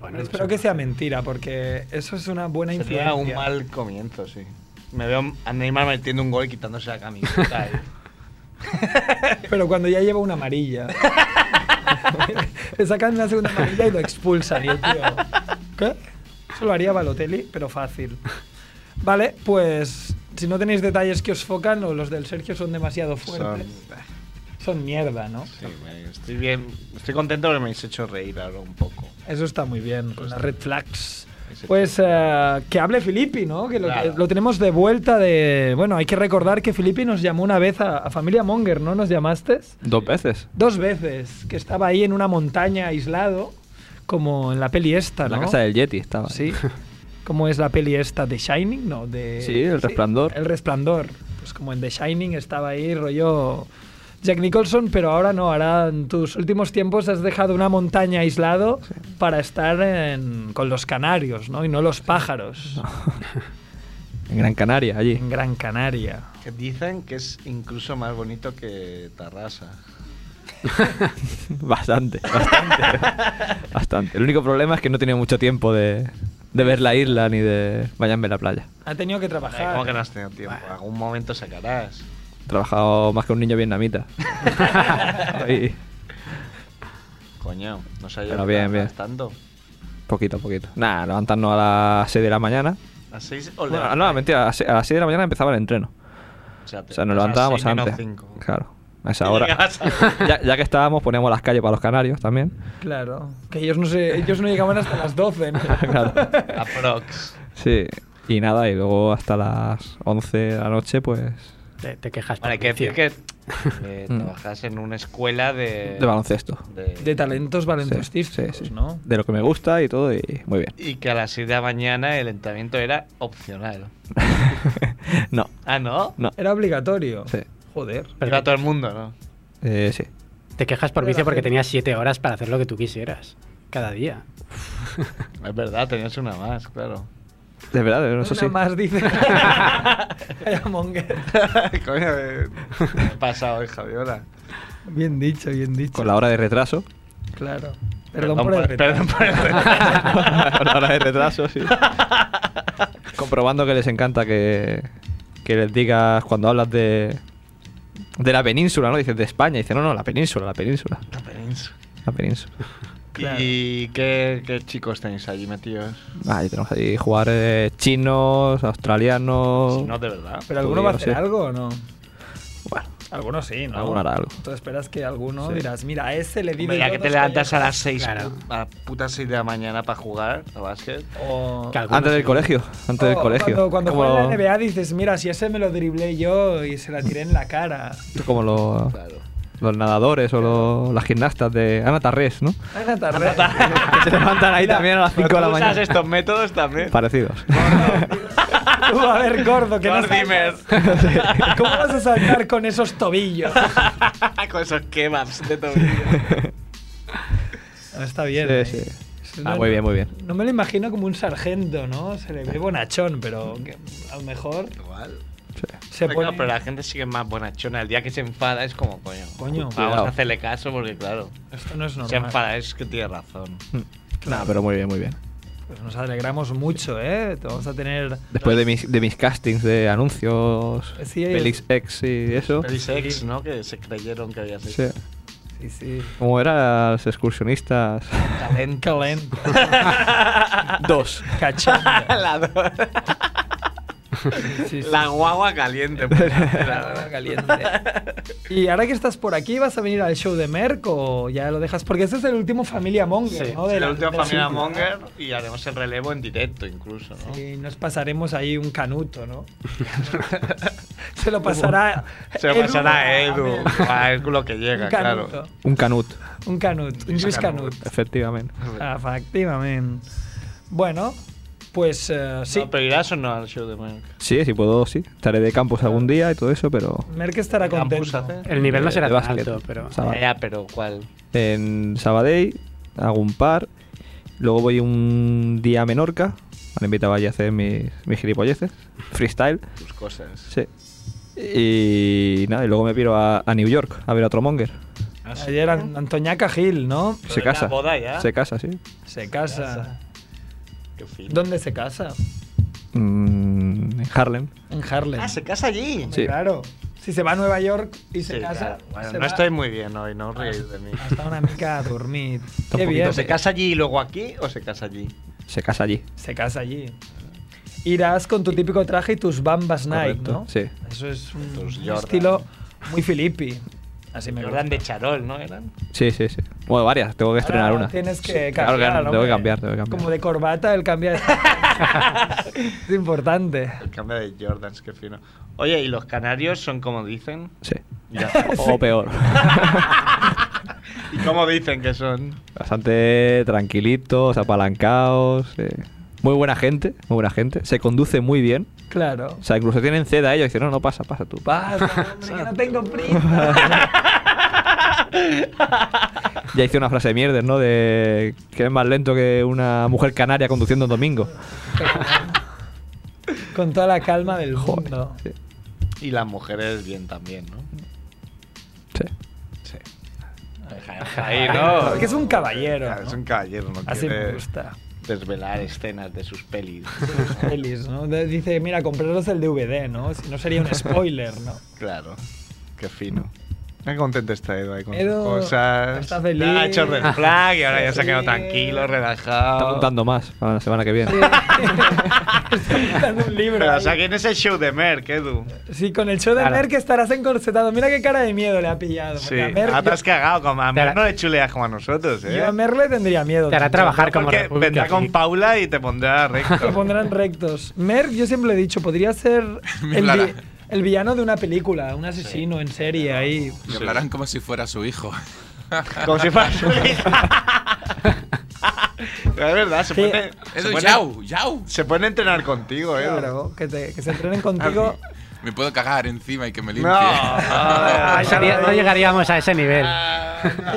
D: Bueno, no
A: Espero
D: sé.
A: que sea mentira, porque eso es una buena influencia.
E: Sería un mal comienzo, sí. Me veo a Neymar metiendo un gol y quitándose la camiseta. *laughs* ahí.
A: Pero cuando ya lleva una amarilla. Le sacan una segunda amarilla y lo expulsan. Y el tío, ¿Qué? Eso lo haría Balotelli, pero fácil. Vale, pues si no tenéis detalles que os focan o los del Sergio son demasiado fuertes, son, mierda, ¿no?
E: Sí, me- estoy bien. Estoy contento porque me habéis hecho reír ahora un poco.
A: Eso está muy bien, con las red flags.
E: Ese
A: Pues eh, que hable Filippi, ¿no? Que lo,
E: Claro.
A: que lo tenemos de vuelta de... Bueno, hay que recordar que Filippi nos llamó una vez a, a Familia Monger, ¿no? ¿Nos llamaste?
B: Dos veces.
A: Dos veces, que estaba ahí en una montaña aislado, como en la peli esta,
B: En
A: ¿no?
B: la casa del Yeti estaba.
A: Sí. ¿Cómo es la peli esta? ¿The Shining? No, de...
B: Sí, El Resplandor.
A: El Resplandor. Pues como en The Shining estaba ahí rollo Jack Nicholson, pero ahora no, ahora en tus últimos tiempos has dejado una montaña aislado para estar en- con los canarios, ¿no? Y no los pájaros.
B: Ah, En Gran Canaria, allí.
A: En Gran Canaria.
E: Que dicen que es incluso más bonito que Tarrasa.
B: Bastante, bastante. bastante. El único problema es que no tenía mucho tiempo de, de ver la isla ni de vayanme a la playa.
A: Ha tenido que
E: Ay,
A: trabajar.
E: ¿Cómo que no has tenido tiempo? Algún momento sacarás.
B: He trabajado más que un niño vietnamita. y
E: Coño, no sabía
B: Pero
E: que
B: bien,
E: trabajas
B: bien.
E: tanto.
B: poquito a poquito. Nada, levantarnos a las 6 de la mañana.
E: A seis o
B: Bueno, no, mentira, a las 6 de la mañana empezaba el entreno. O
E: Pues
B: sea, nos levantábamos antes. Claro. A esa
E: *laughs*
B: hora. *laughs* Ya, ya que estábamos, poníamos las calles para los canarios también.
A: Claro. Que ellos no, se, ellos no llegaban hasta las 12, ¿no?
B: *laughs* Claro.
E: Ah, pues Aprox.
B: Sí. Y nada, y luego hasta las 11 de la noche, pues.
D: Te, te quejas. por
E: Vale, hay que decir
D: vicio.
E: que eh,
B: Mm.
E: trabajas en una escuela de.
B: De baloncesto.
E: de-
A: De talentos baloncestistas,
B: Sí, sí, sí.
A: ¿no?
B: De lo que me gusta y todo, y muy bien. *laughs*
E: Y que a las 6 de la mañana el entrenamiento era opcional.
B: no.
E: Ah, ¿no?
B: No.
A: Era obligatorio.
B: Sí.
A: Joder.
E: Pero a todo el mundo, ¿no?
B: Eh, sí.
D: Te quejas por
A: Pero la
D: vicio porque
A: gente-
D: tenías siete horas para hacer lo que tú quisieras. Cada día.
E: Es verdad, tenías una
A: *laughs*
E: más, claro.
B: De verdad, de- no sé
A: Una
B: si.
A: más
B: *laughs*
A: dice. Vaya monger.
E: Coño, eh, me he pasado, hija de hora.
A: Bien dicho, bien dicho.
B: Con la hora
A: *laughs*
B: de retraso.
A: Claro. Perdón, por el retraso.
E: Perdón por el
B: Con la hora de
E: retraso.
B: retraso, sí. Comprobando que les encanta que, que les digas cuando hablas de. De la península, ¿no? Dices de España. Dices, no, no, la península, la península.
E: península.
B: La península.
E: ¿Y qué, qué chicos tenéis allí metidos?
B: Ahí Ah, tenemos ahí jugadores chinos, australianos.
E: Si no, de verdad.
A: ¿Pero alguno va a
B: judíos,
A: hacer
B: sí.
A: algo o no? Bueno. Alguno sí, ¿no?
B: Alguno hará algo.
A: Tú esperas que alguno
B: Sí.
A: dirás, mira, a ese le di
E: Hombre, ya
A: de
E: que
A: yo
E: te
A: dos
E: levantas a
A: pellejos".
E: las 6
A: Claro.
E: a las putas 6 de la mañana para jugar a básquet. Oh,
A: O-
B: Antes del colegio. Antes del
A: o
B: colegio.
A: Oh, Cuando, cuando
B: como,
A: juega en la NBA dices, mira, si ese me lo driblé yo y se la tiré en la
E: *laughs*
A: cara.
B: como los, los nadadores o los, las gimnastas de Ana Tarrés, ¿no?
A: Ana Tarré. *laughs*
B: Que se levantan ahí también a las 5 de la
E: usas
B: mañana.
E: estos métodos también.
B: Parecidos.
A: *laughs* Tú, a ver, gordo, que no
E: Gordimer.
A: saltas. *laughs* ¿Cómo vas a saltar con esos tobillos?
E: *laughs* Con esos kebabs
B: *laughs*
E: de tobillo.
A: Ah, *laughs* Está bien.
B: Sí,
A: ¿eh?
B: sí.
A: Eso
B: Ah, muy bien, muy bien.
A: No me lo imagino como un sargento, ¿no? Se le ve bonachón, pero que a lo mejor
E: Igual.
A: se
E: Claro,
A: pone...
E: pero la gente sigue más bonachona. El día que se enfada es como, coño.
A: Coño.
E: Vamos
B: Cuidado.
E: a hacerle caso porque, claro,
A: Esto no es
E: se
A: normal.
E: enfada, es que tiene razón.
B: Nah, pero muy bien, muy bien.
A: Pues nos alegramos mucho, ¿eh? Te Vamos a tener...
B: Después de mis, de mis castings de anuncios,
A: Sí, es-
B: Felix X y eso.
E: Pero dice ex, ¿no? Que se creyeron que había sido.
B: Sí.
A: Sí, sí.
B: Como eran los excursionistas.
A: Calent.
E: *laughs*
A: Calent.
B: Dos.
A: Cachondo.
E: La,
A: Sí, sí.
E: la guagua caliente. pues,
B: *laughs*
E: la-
A: caliente. Y ahora que estás por aquí, ¿vas a venir al show de Merck o ya lo dejas? Porque este es el último Familia Monger,
E: Sí,
A: ¿no? De
E: la última
A: de
E: familia Monger y haremos el relevo en directo incluso, ¿no?
A: Y nos pasaremos ahí un canuto,
E: *laughs*
A: ¿no? Se lo pasará.
E: Se lo pasará a
A: Edu. Ah,
E: Edu, a Edu lo que llega,
A: Un
E: claro.
A: canuto.
B: Un canut,
A: Un canut. Un Luis Canut.
B: efectivamente.
A: Efectivamente. Bueno, pues eh, sí.
E: No, pero irás o no al show de Merck.
B: Sí, si puedo, sí. Estaré de campus algún día y todo eso, pero
A: Merck estará
E: Campus
A: contento.
E: hace.
D: El nivel no
B: de-
D: será
B: de
D: tan
B: básquet.
D: alto, pero.
B: Saba-
E: Ya, pero ¿cuál?
B: En Sabadell hago un par, luego voy un día a Menorca, me han invitado allí a hacer mis, mis gilipolleces, freestyle,
E: Tus cosas.
B: sí. Y nada, y luego me piro a, a New York a ver a otro monger.
E: Ah,
A: Ayer An- Antoñaca Gil, ¿no?
B: Se
E: de
B: casa.
E: la boda ya?
B: Se casa, sí.
A: Se casa.
E: Qué fino.
A: ¿Dónde se casa?
B: Mm, en Harlem.
A: En Harlem.
E: Ah, se casa allí.
B: Sí.
A: Claro. Si se va a Nueva York y se
E: Sí,
A: casa.
E: claro. Bueno,
A: se
E: no
A: va
E: estoy muy bien hoy, no os reír de mí.
A: Hasta una mica a dormir.
B: un
A: Qué
B: poquito
A: bien.
E: ¿Se casa allí y luego aquí o se casa allí?
B: Se casa allí.
A: Se casa allí. Irás con tu típico traje y tus bambas Nike,
B: Correcto,
A: ¿no?
B: sí.
A: Eso es un,
E: Tus
A: un
E: Jordan.
A: estilo muy filipi. Así me
E: Jordan
A: gusta.
E: de Ah, Charol, ¿no eran?
B: Sí, sí, sí. Bueno, varias, tengo que estrenar
A: Ahora
B: una.
A: Tienes que cambiar.
B: Claro que tengo que
A: hombre.
B: cambiar, tengo que cambiar.
A: Como de corbata, el cambiar.
B: *laughs*
A: *laughs* es importante.
E: El cambio de Jordans, qué fino. Oye, ¿y los canarios son como dicen?
A: *laughs*
B: Sí.
E: Ya.
B: O peor.
E: *laughs* ¿Y cómo dicen que son?
B: Bastante tranquilitos, apalancados. eh. Muy buena gente, muy buena gente. Se conduce muy bien.
A: Claro.
B: O sea, incluso tienen ceda ellos. Dicen, no, no pasa, pasa tú.
A: Pasa, hombre, que no tengo
B: *laughs*
A: prisa.
B: Ya hice una frase de mierda, ¿no? De que es más lento que una mujer canaria conduciendo un domingo.
A: Con toda la calma del mundo.
B: Sí.
E: Y las mujeres bien también, ¿no?
B: sí.
E: Sí. Ahí, *laughs* ¿no?
A: Porque es un caballero.
E: Claro,
A: ¿no?
E: Es un caballero, no
A: Así me
E: quiere
A: gusta.
E: desvelar escenas de sus *laughs* pelis.
A: Pelis, ¿no? De- Dice, mira, compraros el DVD, ¿no? Si no sería
B: *laughs*
A: un spoiler, ¿no?
E: claro, qué fino. Qué contento está Edu ahí con sus
A: Edu
E: cosas.
A: está feliz.
E: Ha hecho red flag y ahora ya se ha quedado
A: Sí.
E: tranquilo,
B: Está
E: relajado.
B: apuntando más para la semana
A: *laughs*
B: que viene.
A: Dando un libro.
E: Pero, o
A: ahí.
E: sea, ¿quién es el show de Merck, Edu?
A: Sí, con el show de
E: Claro.
A: Merck estarás encorsetado. Mira qué cara de miedo le ha pillado. porque
E: Sí, ah,
A: a Merck-
E: ahora te has
A: yo,
E: cagado. Como a
D: Te hará-
E: Merck no le chuleas como a nosotros, ¿eh?
A: yo a Merck le tendría miedo.
D: Te hará
A: tío.
D: trabajar como
E: Porque
D: República
E: vendrá con
D: Checa.
E: Paula y
A: *laughs*
E: te pondrá
A: Te
E: recto.
A: pondrán rectos. Merck, yo siempre lo he dicho, podría ser
J: Me
A: el,
J: hablará.
A: vi- el villano de una película, un asesino en serie ahí.
J: Y hablarán como si fuera su hijo.
E: como si fuera
A: *laughs*
E: su hija. Pero es verdad, se
A: Sí.
E: puede, se,
J: Edu,
E: puede,
J: yau, yau.
E: se puede entrenar contigo, Edu.
A: Claro, que, te- que se entrenen contigo.
J: Me puedo cagar encima y que
A: *laughs*
J: me limpie.
E: No,
D: No,
C: *laughs*
E: Ay,
D: sería- Ah, no llegaríamos a ese nivel.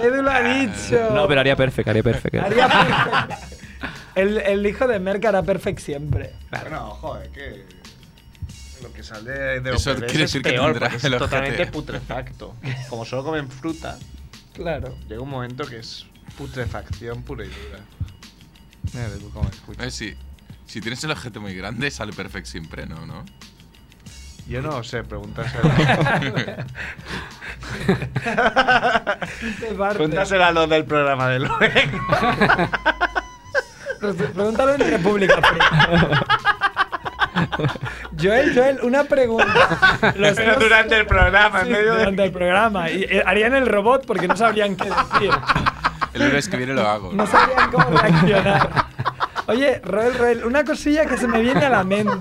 A: Edu lo ha dicho.
B: No, pero haría perfect, haría perfect.
A: Haría perfect. El, el hijo de Merck hará perfect siempre.
E: Bueno, joder, que. Lo que sale de
J: Eso
E: OPD
J: quiere
E: es
J: decir que
E: peor,
J: tendrá
E: porque
J: el
E: es totalmente
J: ojete.
E: putrefacto. Como solo comen fruta,
A: Claro.
E: llega un momento que es putrefacción pura y dura. Mira, Edu, cómo escucha.
J: Eh, sí. Si tienes el objeto muy grande, sale perfecto siempre, ¿no? ¿No? *laughs*
E: Yo no sé, preguntas. *laughs* Pregúntaselo a los del programa de Loren.
A: Pregúntalo en República Freak. Joel, Joel, una pregunta. *laughs* Los
E: Pero
A: dos-
E: durante el programa, en
A: sí,
E: medio de...
A: durante el programa. Y, eh, harían el robot porque no sabrían qué decir.
C: El lunes que viene lo hago.
A: No sabrían cómo reaccionar. Oye, Roel, Roel, una cosilla que se me viene a la mente.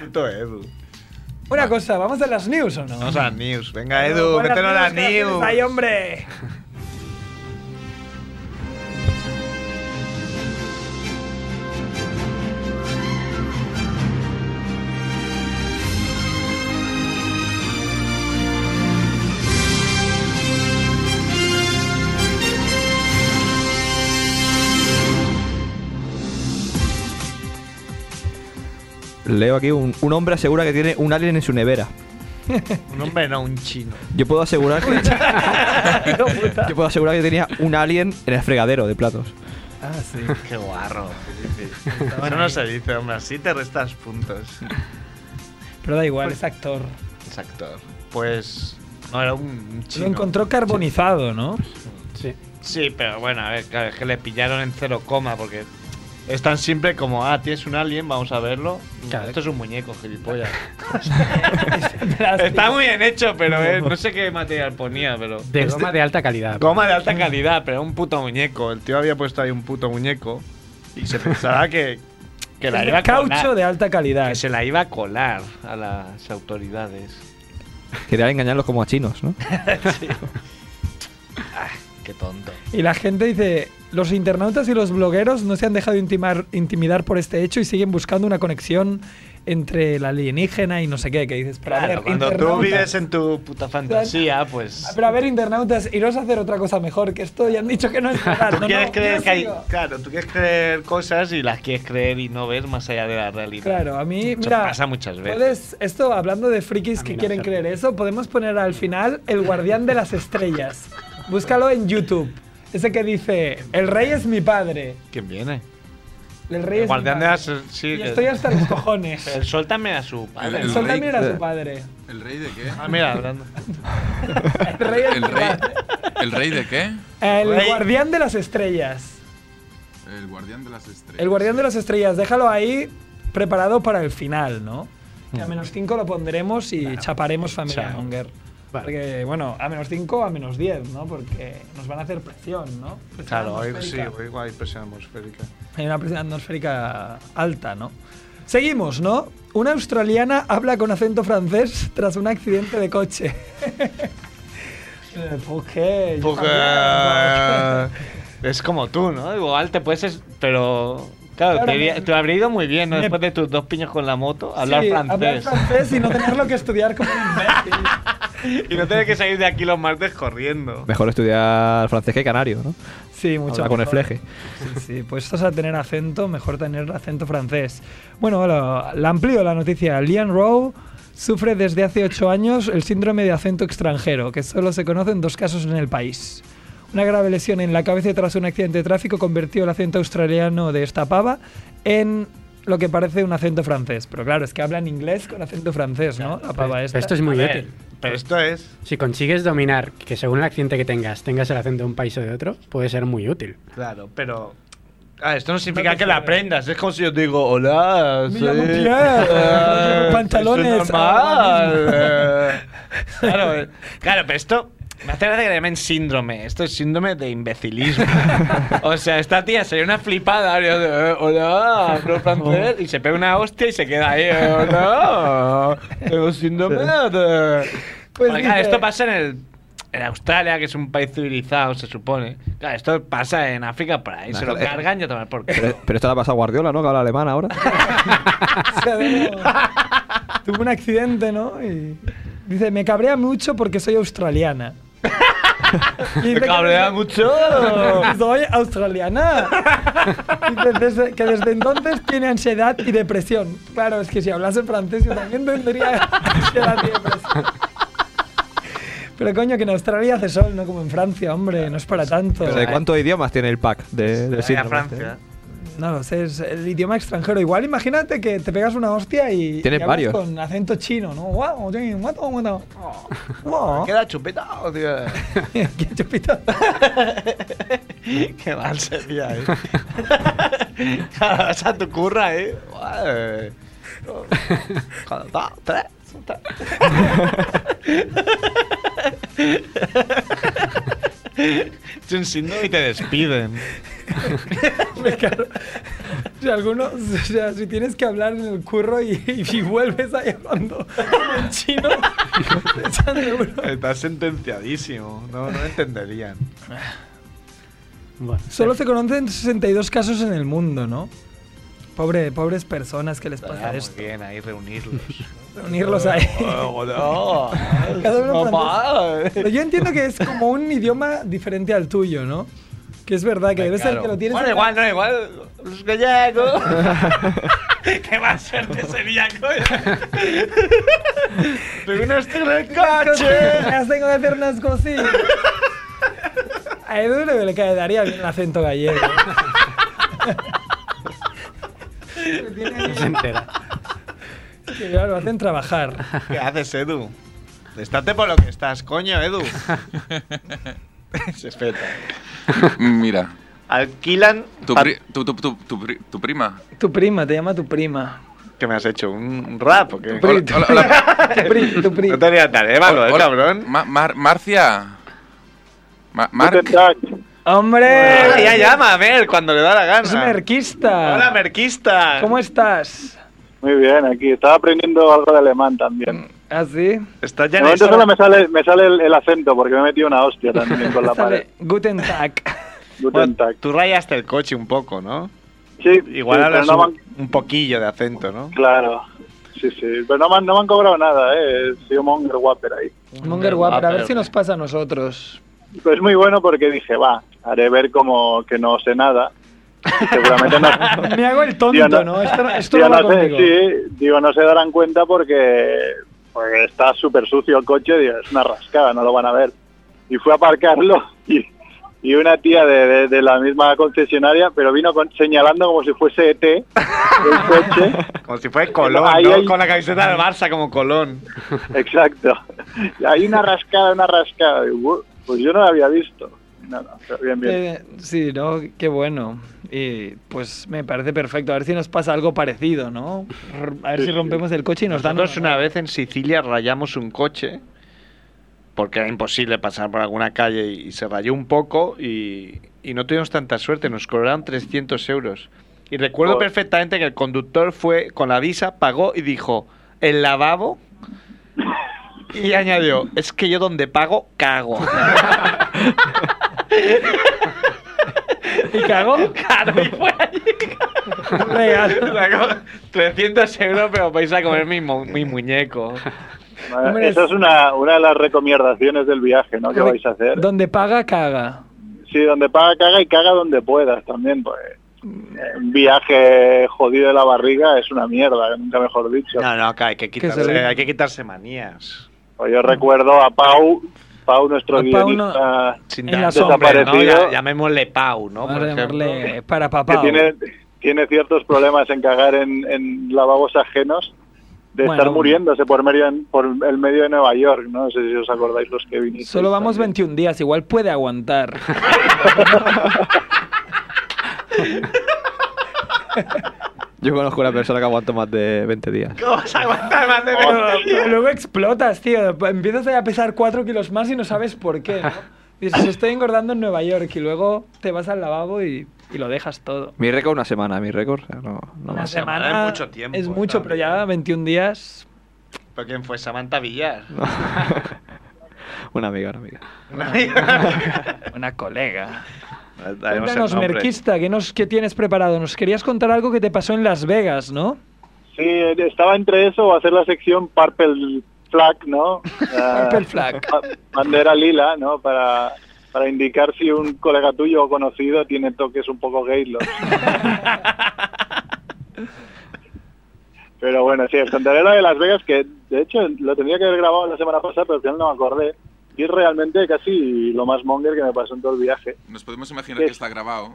K: Puto Edu.
A: Una cosa, ¿vamos a las news o no?
K: Vamos a las news. Venga,
A: Bueno,
K: Edu,
A: buenas
K: mételo a las
A: news, gracias,
K: news.
A: ¡Ay, hombre!
B: Leo aquí, un, un hombre asegura que tiene un alien en su nevera.
E: Un hombre, no, un chino.
B: Yo puedo asegurar que, *laughs* yo puedo asegurar que tenía un alien en el fregadero de platos.
A: Ah, sí.
E: Qué guarro. *laughs*
K: Bueno, no se dice, hombre. Así te restas puntos.
A: Pero da
K: Pues
A: igual, es actor.
K: Es actor.
E: Pues... No, era un chino.
A: Lo encontró carbonizado, ¿no?
D: Sí.
E: Sí, pero bueno, a ver, claro, es que le pillaron en cero coma porque es tan simple como, ah, tienes un alien, vamos a verlo.
D: Claro.
E: Esto es un muñeco,
D: *laughs*
E: gilipollas.
A: Plástico.
E: Está muy bien hecho, pero eh, no sé qué material ponía, pero...
D: De goma de alta calidad.
E: Este Goma de alta calidad, pero era un puto muñeco. El tío había puesto ahí un puto muñeco y se pensaba que, que la
A: Es
E: iba a
A: caucho
E: colar.
A: de alta calidad.
E: Que se la iba a colar a las autoridades.
B: Quería engañarlos como a chinos, ¿no?
E: Qué tonto.
A: Y la gente dice, los internautas y los blogueros no se han dejado intimar- intimidar por este hecho y siguen buscando una conexión entre el alienígena y no sé qué, que dices, pero a ver,
E: cuando tú
A: internautas- Ah,
E: vives en tu puta fantasía, pues...
A: Pero a ver, internautas, iros a hacer otra cosa mejor, que esto ya han dicho que no
E: *laughs*
A: es verdad.
E: Tú
A: No,
E: quieres
A: no,
E: creer
A: yo
E: que hay,
A: sigo.
E: claro, tú quieres creer cosas y las quieres creer y no ves más allá de la realidad.
A: Claro, a mí,
E: Eso
A: mira,
E: pasa muchas veces.
A: puedes- esto, hablando de frikis
D: A
A: que
D: mí no,
A: quieren
D: Fer.
A: creer eso, podemos poner al final El Guardián de las Estrellas. Búscalo en YouTube. Ese que dice, el rey es mi padre.
E: ¿Quién viene?
A: El rey
E: El
A: es
E: guardián
A: mi
E: de
A: padre.
E: las sí,
A: Y
E: que-
A: estoy hasta los cojones.
E: *laughs* El sol también a su padre.
C: El-
A: El
C: el-
A: sol
C: rey-
A: también era su padre.
C: ¿El rey de qué?
E: Ah,
A: *laughs*
E: mira, hablando.
A: El rey es
C: ¿El
A: su
C: rey,
A: padre.
C: ¿El rey de qué?
A: El
E: Rey.
A: guardián de las estrellas.
C: El guardián de las estrellas.
A: El guardián de las estrellas, déjalo ahí preparado para el final, ¿no? Que a menos 5 lo pondremos y chaparemos Familia
D: Chao.
A: Monger.
D: Vale.
A: Porque, bueno, a menos 5 a menos 10, ¿no? Porque nos van a hacer presión, ¿no? Pues Presión
E: Claro, hoy sí,
A: atmosférica.
E: hoy hay presión atmosférica.
A: Hay una presión atmosférica alta, ¿no? Seguimos, ¿no? Una australiana habla con acento francés tras un accidente de coche. Eh, ¿Por qué? Yo
E: Porque,
A: también, ¿no? *laughs*
E: es como tú, ¿no? Igual te puedes. es- Pero. Claro,
A: Claro,
E: te, iría-
A: me-
E: te habría ido muy bien, ¿no?
A: me-
E: Después de tus dos piños con la moto, hablar
A: Sí,
E: francés.
A: Hablar francés y no tenerlo que estudiar como un imbécil.
E: *laughs* y no tener que salir de aquí los martes corriendo.
B: Mejor estudiar francés que canario, ¿no?
A: Sí, mucho
B: Habla con el
A: mejor.
B: fleje.
A: Sí, sí, pues esto es a tener acento, mejor tener acento francés. Bueno, lo- la amplío la noticia. Lian Rowe sufre desde hace ocho años el síndrome de acento extranjero, que solo se conoce en dos casos en el país. Una grave lesión en la cabeza tras un accidente de tráfico convirtió el acento australiano de esta pava en lo que parece un acento francés. Pero claro, es que hablan inglés con acento francés, ¿no? La pava esta.
D: Esto es muy
E: A ver,
D: útil.
E: Pero esto es.
D: Si consigues dominar que según el accidente que tengas, tengas el acento de un país o de otro, puede ser muy útil. *laughs*
E: Claro, pero. Ah, esto no significa
A: No te
E: que la
A: sirve.
E: aprendas. Es como si yo te digo, hola.
A: Me
E: soy-
A: llamo
E: *laughs*
A: Pierre,
E: Eh,
A: llevo pantalones, ah,
E: soy normal.
A: ahora
E: eh. *laughs* claro, eh, claro, pero esto. Me hace gracia que le llamen síndrome. Esto es síndrome de
A: *laughs*
E: imbecilismo. o sea, esta tía sería una flipada. habría de, "Eh, hola, hablo francés. Y se pega una hostia y se queda ahí. eh, Hola, tengo síndrome de.
A: Pues
E: Porque, claro,
A: dice-
E: esto pasa en el. En Australia, que es un país civilizado, se supone. Claro, esto pasa en África por ahí. Se lo
B: Claro, eh,
E: cargan y a tomar por
B: Pero,
E: culo.
B: pero esto la pasa a Guardiola, ¿no? Que habla alemán ahora.
A: O sea, *laughs* no. tuvo un accidente, ¿no? Y dice, me cabrea mucho porque soy
E: *laughs*
A: australiana. Y dice
E: ¡Me
A: que
E: cabrea
A: desde-
E: mucho!
A: *laughs* Soy australiana. Dice, desde- que desde entonces tiene ansiedad y depresión. Claro, es que si hablase francés yo también tendría ansiedad y
E: *laughs*
A: depresión. Pero coño, que en Australia hace sol, no como en Francia, hombre, no es para tanto.
B: ¿De cuántos idiomas tiene el pack de, del
E: Vaya
B: síndrome? este?
E: Francia.
A: No lo sé, es el idioma extranjero. Igual imagínate que te pegas una hostia y.
B: Tienes
A: y hablas
B: varios.
A: Con acento chino, ¿no? Guau, ching, guato, guato. *laughs*
E: Queda chupeta, tío.
A: Qué chupita.
E: Qué mal sería, eh. Claro, esa tu curra, eh. Guau. Cada dos, tres. *laughs* Es un síndrome y te despiden.
A: Me cargo. *laughs* Si, alguno, o sea, si tienes que hablar en el curro y, y vuelves ahí hablando en chino, *laughs* te echan de uno.
E: Estás sentenciadísimo. No, no entenderían.
D: Bueno, *laughs*
A: Solo se conocen 62 casos en el mundo, ¿no? Pobre, pobres personas que les pasa
E: Estaría
A: esto.
E: Ah, muy bien
A: *laughs*
E: ahí reunirlos.
A: Unirlos ahí.
E: Oh, no.
A: *laughs* Cada uno
E: Papá.
A: Pero yo entiendo que es como un idioma diferente al tuyo, ¿no? Que es verdad que debe ser
E: Claro.
A: que lo tienes.
E: Bueno,
A: en-
E: igual, no, igual. Los
A: *laughs*
E: gallegos. ¿Qué va a ser de Sevilla, coño? Pero uno está en el coche.
A: Cosas, tengo que hacer unas cosillas. A Edu le, le quedaría bien el acento gallego.
D: no se entera.
A: Que claro, lo hacen trabajar.
E: ¿Qué haces, Edu? Estate por lo que estás, coño,
A: *laughs*
E: Edu. Se espeta.
C: *laughs* Mira,
E: Alquilan.
C: tu,
E: pa-
C: pri- tu, tu, tu, tu pri- tu prima.
A: Tu prima, te llama tu prima.
E: ¿Qué me has hecho? ¿Un rap o qué?
A: Pri-
C: Hola, hola, hola.
A: Tu pri, tu pri.
E: No tenía tan
C: Hola,
E: évalo, eh,
C: hola.
E: cabrón.
C: Ma- Mar- Marcia. Ma- Marc.
E: Ah,
A: ¡Hombre!
E: ya llama a Mer cuando le da la
A: ¡Es
E: gana.
A: merquista!
E: Hola, Merquista.
A: ¿Cómo estás?
L: Muy bien, aquí. Estaba aprendiendo algo de alemán
A: Mm.
L: también.
A: ¿Así?
E: Estás ya
L: De
E: en
L: momento
E: eso?
L: solo me sale, me sale el, el acento porque me he metido una hostia también con la pared.
A: Sale Guten Tag.
L: Guten
E: Bueno,
L: Tag.
E: tú rayaste el coche un poco, ¿no?
L: Sí,
E: Igual
L: sí,
E: hablas
L: pero no me
E: un,
L: han-
E: un poquillo de acento, ¿no?
L: Claro. Sí, sí. Pero no me han, no me han cobrado nada, ¿eh? Soy un monger guaper ahí.
A: Monger Wapper, a ver si nos pasa a nosotros.
L: Pero es muy bueno porque dije, va, haré ver como que no sé nada. Y seguramente no...
A: Me hago el
L: Tío,
A: tonto,
L: no-
A: ¿no? Esto, esto
L: Tío,
A: no va
L: no sé,
A: conmigo.
L: sí, digo, no se darán cuenta porque, porque está súper sucio el coche, digo, es una rascada, no lo van a ver. Y fue a aparcarlo *laughs* y, y una tía de, de- de la misma concesionaria, pero vino con- señalando como si fuese ET el coche.
E: Como si fuera Colón,
L: *laughs* Ahí
E: ¿no?
L: hay-
E: Con la camiseta del Barça como Colón.
L: Exacto. Y Hay una rascada, una rascada. Digo, "Buah, pues yo no la había visto. No, no, pero bien, bien.
A: Eh, sí, no, qué bueno. Y pues me parece perfecto. A ver si nos pasa algo parecido, ¿no? R- A ver si rompemos el coche y nos dan.
E: Nosotros una vez en Sicilia rayamos un coche porque era imposible pasar por alguna calle y, y se rayó un poco y, y no tuvimos tanta suerte, nos cobraron 300 euros. Y recuerdo
L: Joder.
E: perfectamente que el conductor fue con la visa, pagó y dijo, ¿el lavabo? Y añadió, es que yo donde pago, cago.
A: *laughs* ¿Y cago?
E: *laughs* Claro, y fue allí. *laughs*
A: Legal.
E: Sacó 300 euros, pero vais a comer mi, mu- mi muñeco.
L: Bueno,
A: hombre,
L: Esa
A: es-
L: es una, una de las recomendaciones del viaje, ¿no? ¿Qué vais a hacer?
A: Donde paga, caga.
L: Sí, donde paga, caga y caga donde puedas también, pues. eh, Un viaje jodido de la barriga es una mierda, nunca mejor dicho.
E: No, no, que hay que quitarse,
A: se-
E: hay que quitarse manías.
L: Pues yo recuerdo a Pau, Pau nuestro
A: A Pau no-
L: guionista,
E: Sin
A: En
E: dar-
A: la
L: sombra, ¿no?
E: Ya-
L: Desaparecido.
E: llamémosle Pau, ¿no?
A: Vamos
E: Por
A: a
E: ejemplo.
A: llamarle para papá.
L: que tiene, tiene ciertos problemas en cagar en, en lavabos ajenos, de
A: Bueno,
L: estar
A: bueno.
L: muriéndose por, medio, por el medio de Nueva York, ¿no? No sé si os acordáis los que vinisteis.
A: Solo vamos
L: también.
A: 21 días, igual puede
L: *laughs*
A: aguantar.
B: *laughs* Yo conozco una persona que aguanto más de 20 días.
E: ¿Cómo vas a aguantar más de
A: Pero-
E: veinte días?
A: pero luego explotas, tío. Empiezas a pesar 4 kilos más y no sabes por qué. ¿no? Dices, estoy engordando en Nueva York y luego te vas al lavabo y, y lo dejas todo.
B: Mi récord una semana, mi récord. o sea, no, no
A: Una
B: más.
E: semana
A: semana,
E: es mucho tiempo,
A: Es
E: ¿eh?
A: mucho, pero ya 21 días.
E: ¿Pero quién fue? Samantha Villar.
B: *laughs*
E: *laughs*
B: una amiga, una amiga.
A: Una colega.
E: Daremos el
A: Cuéntanos,
E: nombre.
A: Merquista, ¿qué, nos, ¿qué tienes preparado? Nos querías contar algo que te pasó en Las Vegas, ¿no?
L: Sí, estaba entre eso o hacer la sección Purple Flag, ¿no?
A: *laughs*
L: Ah,
A: Purple flag.
L: ba- Bandera lila, ¿no? Para, para indicar si un colega tuyo o conocido tiene toques un poco gay. los- Pero bueno, sí, os contaré la de Las Vegas, que de hecho lo tendría que haber grabado la semana pasada, pero al final no me acordé. Y es realmente casi lo más monger que me pasó en todo el viaje.
C: Nos podemos imaginar que está grabado.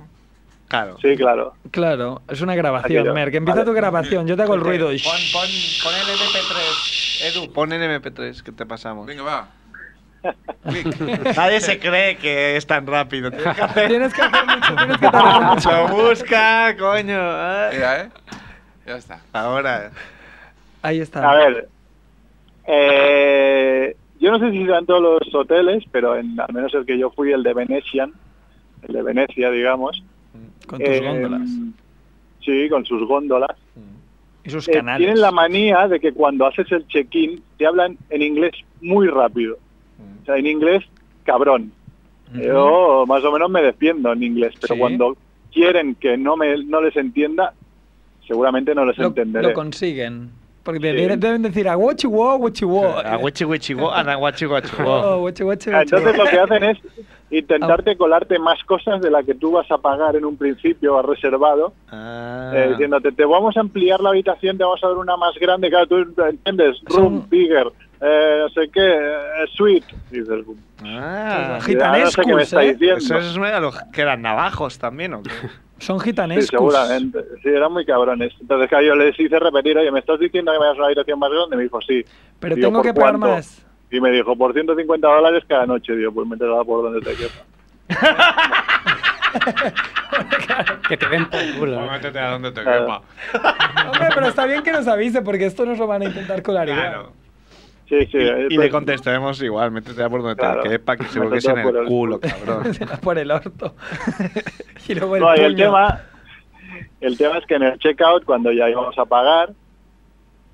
E: Claro.
L: Sí, claro.
A: Claro, es una grabación,
E: Aquello.
A: Merck. Empieza
E: Vale.
A: tu grabación, yo te hago el ruido.
E: Pon,
A: Shh.
E: pon, pon el MP3, Edu. Pon el MP3 que te pasamos. Venga,
J: va.
E: Nadie se cree que es tan *laughs* rápido.
A: Tienes que hacer mucho, tienes que
E: tardar mucho. Lo busca, coño.
J: Mira, ¿eh? Ya está.
E: Ahora.
A: Ahí está.
L: A ver, eh, yo no sé si serán todos los hoteles, pero en, al menos el que yo fui, el de Venetian, el de Venecia, digamos.
A: Con tus
L: eh,
A: góndolas
L: Sí, con sus góndolas.
A: y sus
L: Eh,
A: canales.
L: tienen la manía de que cuando haces el check-in te hablan en inglés muy rápido.
A: Mm.
L: O sea, en inglés, cabrón. Yo más o menos me defiendo en inglés, pero
A: Sí.
L: cuando quieren que no me no les entienda, seguramente no les
A: Lo,
L: entenderé.
A: lo consiguen. Porque te
L: Sí.
A: deben- deben decir "Ah, a wachi wo, wachi wo.
E: A Ah, guachi guachi go, a la guachi guachi
A: Oh,
E: go.
A: wachi, wachi,
L: Ah,
A: wachi, wo.
L: Entonces lo que hacen es
A: *laughs*
L: intentarte colarte más cosas de las que tú vas a pagar en un principio reservado,
E: Ah.
L: eh, diciéndote, te vamos a ampliar la habitación, te vamos a dar una más grande, claro, tú eh, entiendes, room, bigger, eh, no sé qué, eh, suite, dices,
E: Ah.
L: Ya no sé qué me está
A: ¿Eh?
L: diciendo.
E: ¿eh? Eso es una de los que eran navajos
A: *laughs*
E: también, ¿o qué? *laughs*
A: Son
L: Sí,
A: gitanescos.
L: seguramente. Sí, eran muy cabrones. Entonces, claro, yo les hice repetir, oye, ¿me estás diciendo que me das una habitación más grande? Me dijo, sí.
A: Pero
L: Digo,
A: tengo
L: ¿por
A: que pagar
L: cuánto?
A: más.
L: Y me dijo, por 150 dólares cada noche. Digo, pues me te da por donde te quepa.
D: Que te den por
E: ¿eh?
D: culo. ¿no?
G: Métete a donde te
L: Claro.
A: Hombre, pero está bien que nos avise porque esto nos lo van a intentar colar igual.
L: Sí, sí. eh,
E: Y, y
L: pues,
E: le contestaremos igual, métete a por donde
L: Claro.
E: te quepa, que seguro que es
L: *laughs* Métete
E: en
L: por
E: el
L: el-
E: culo,
L: *laughs*
A: *laughs*
E: cabrón.
A: Se la por el *laughs* orto. y luego el
L: no, y el
A: puño.
L: tema, el tema es que en el checkout, cuando ya íbamos a pagar,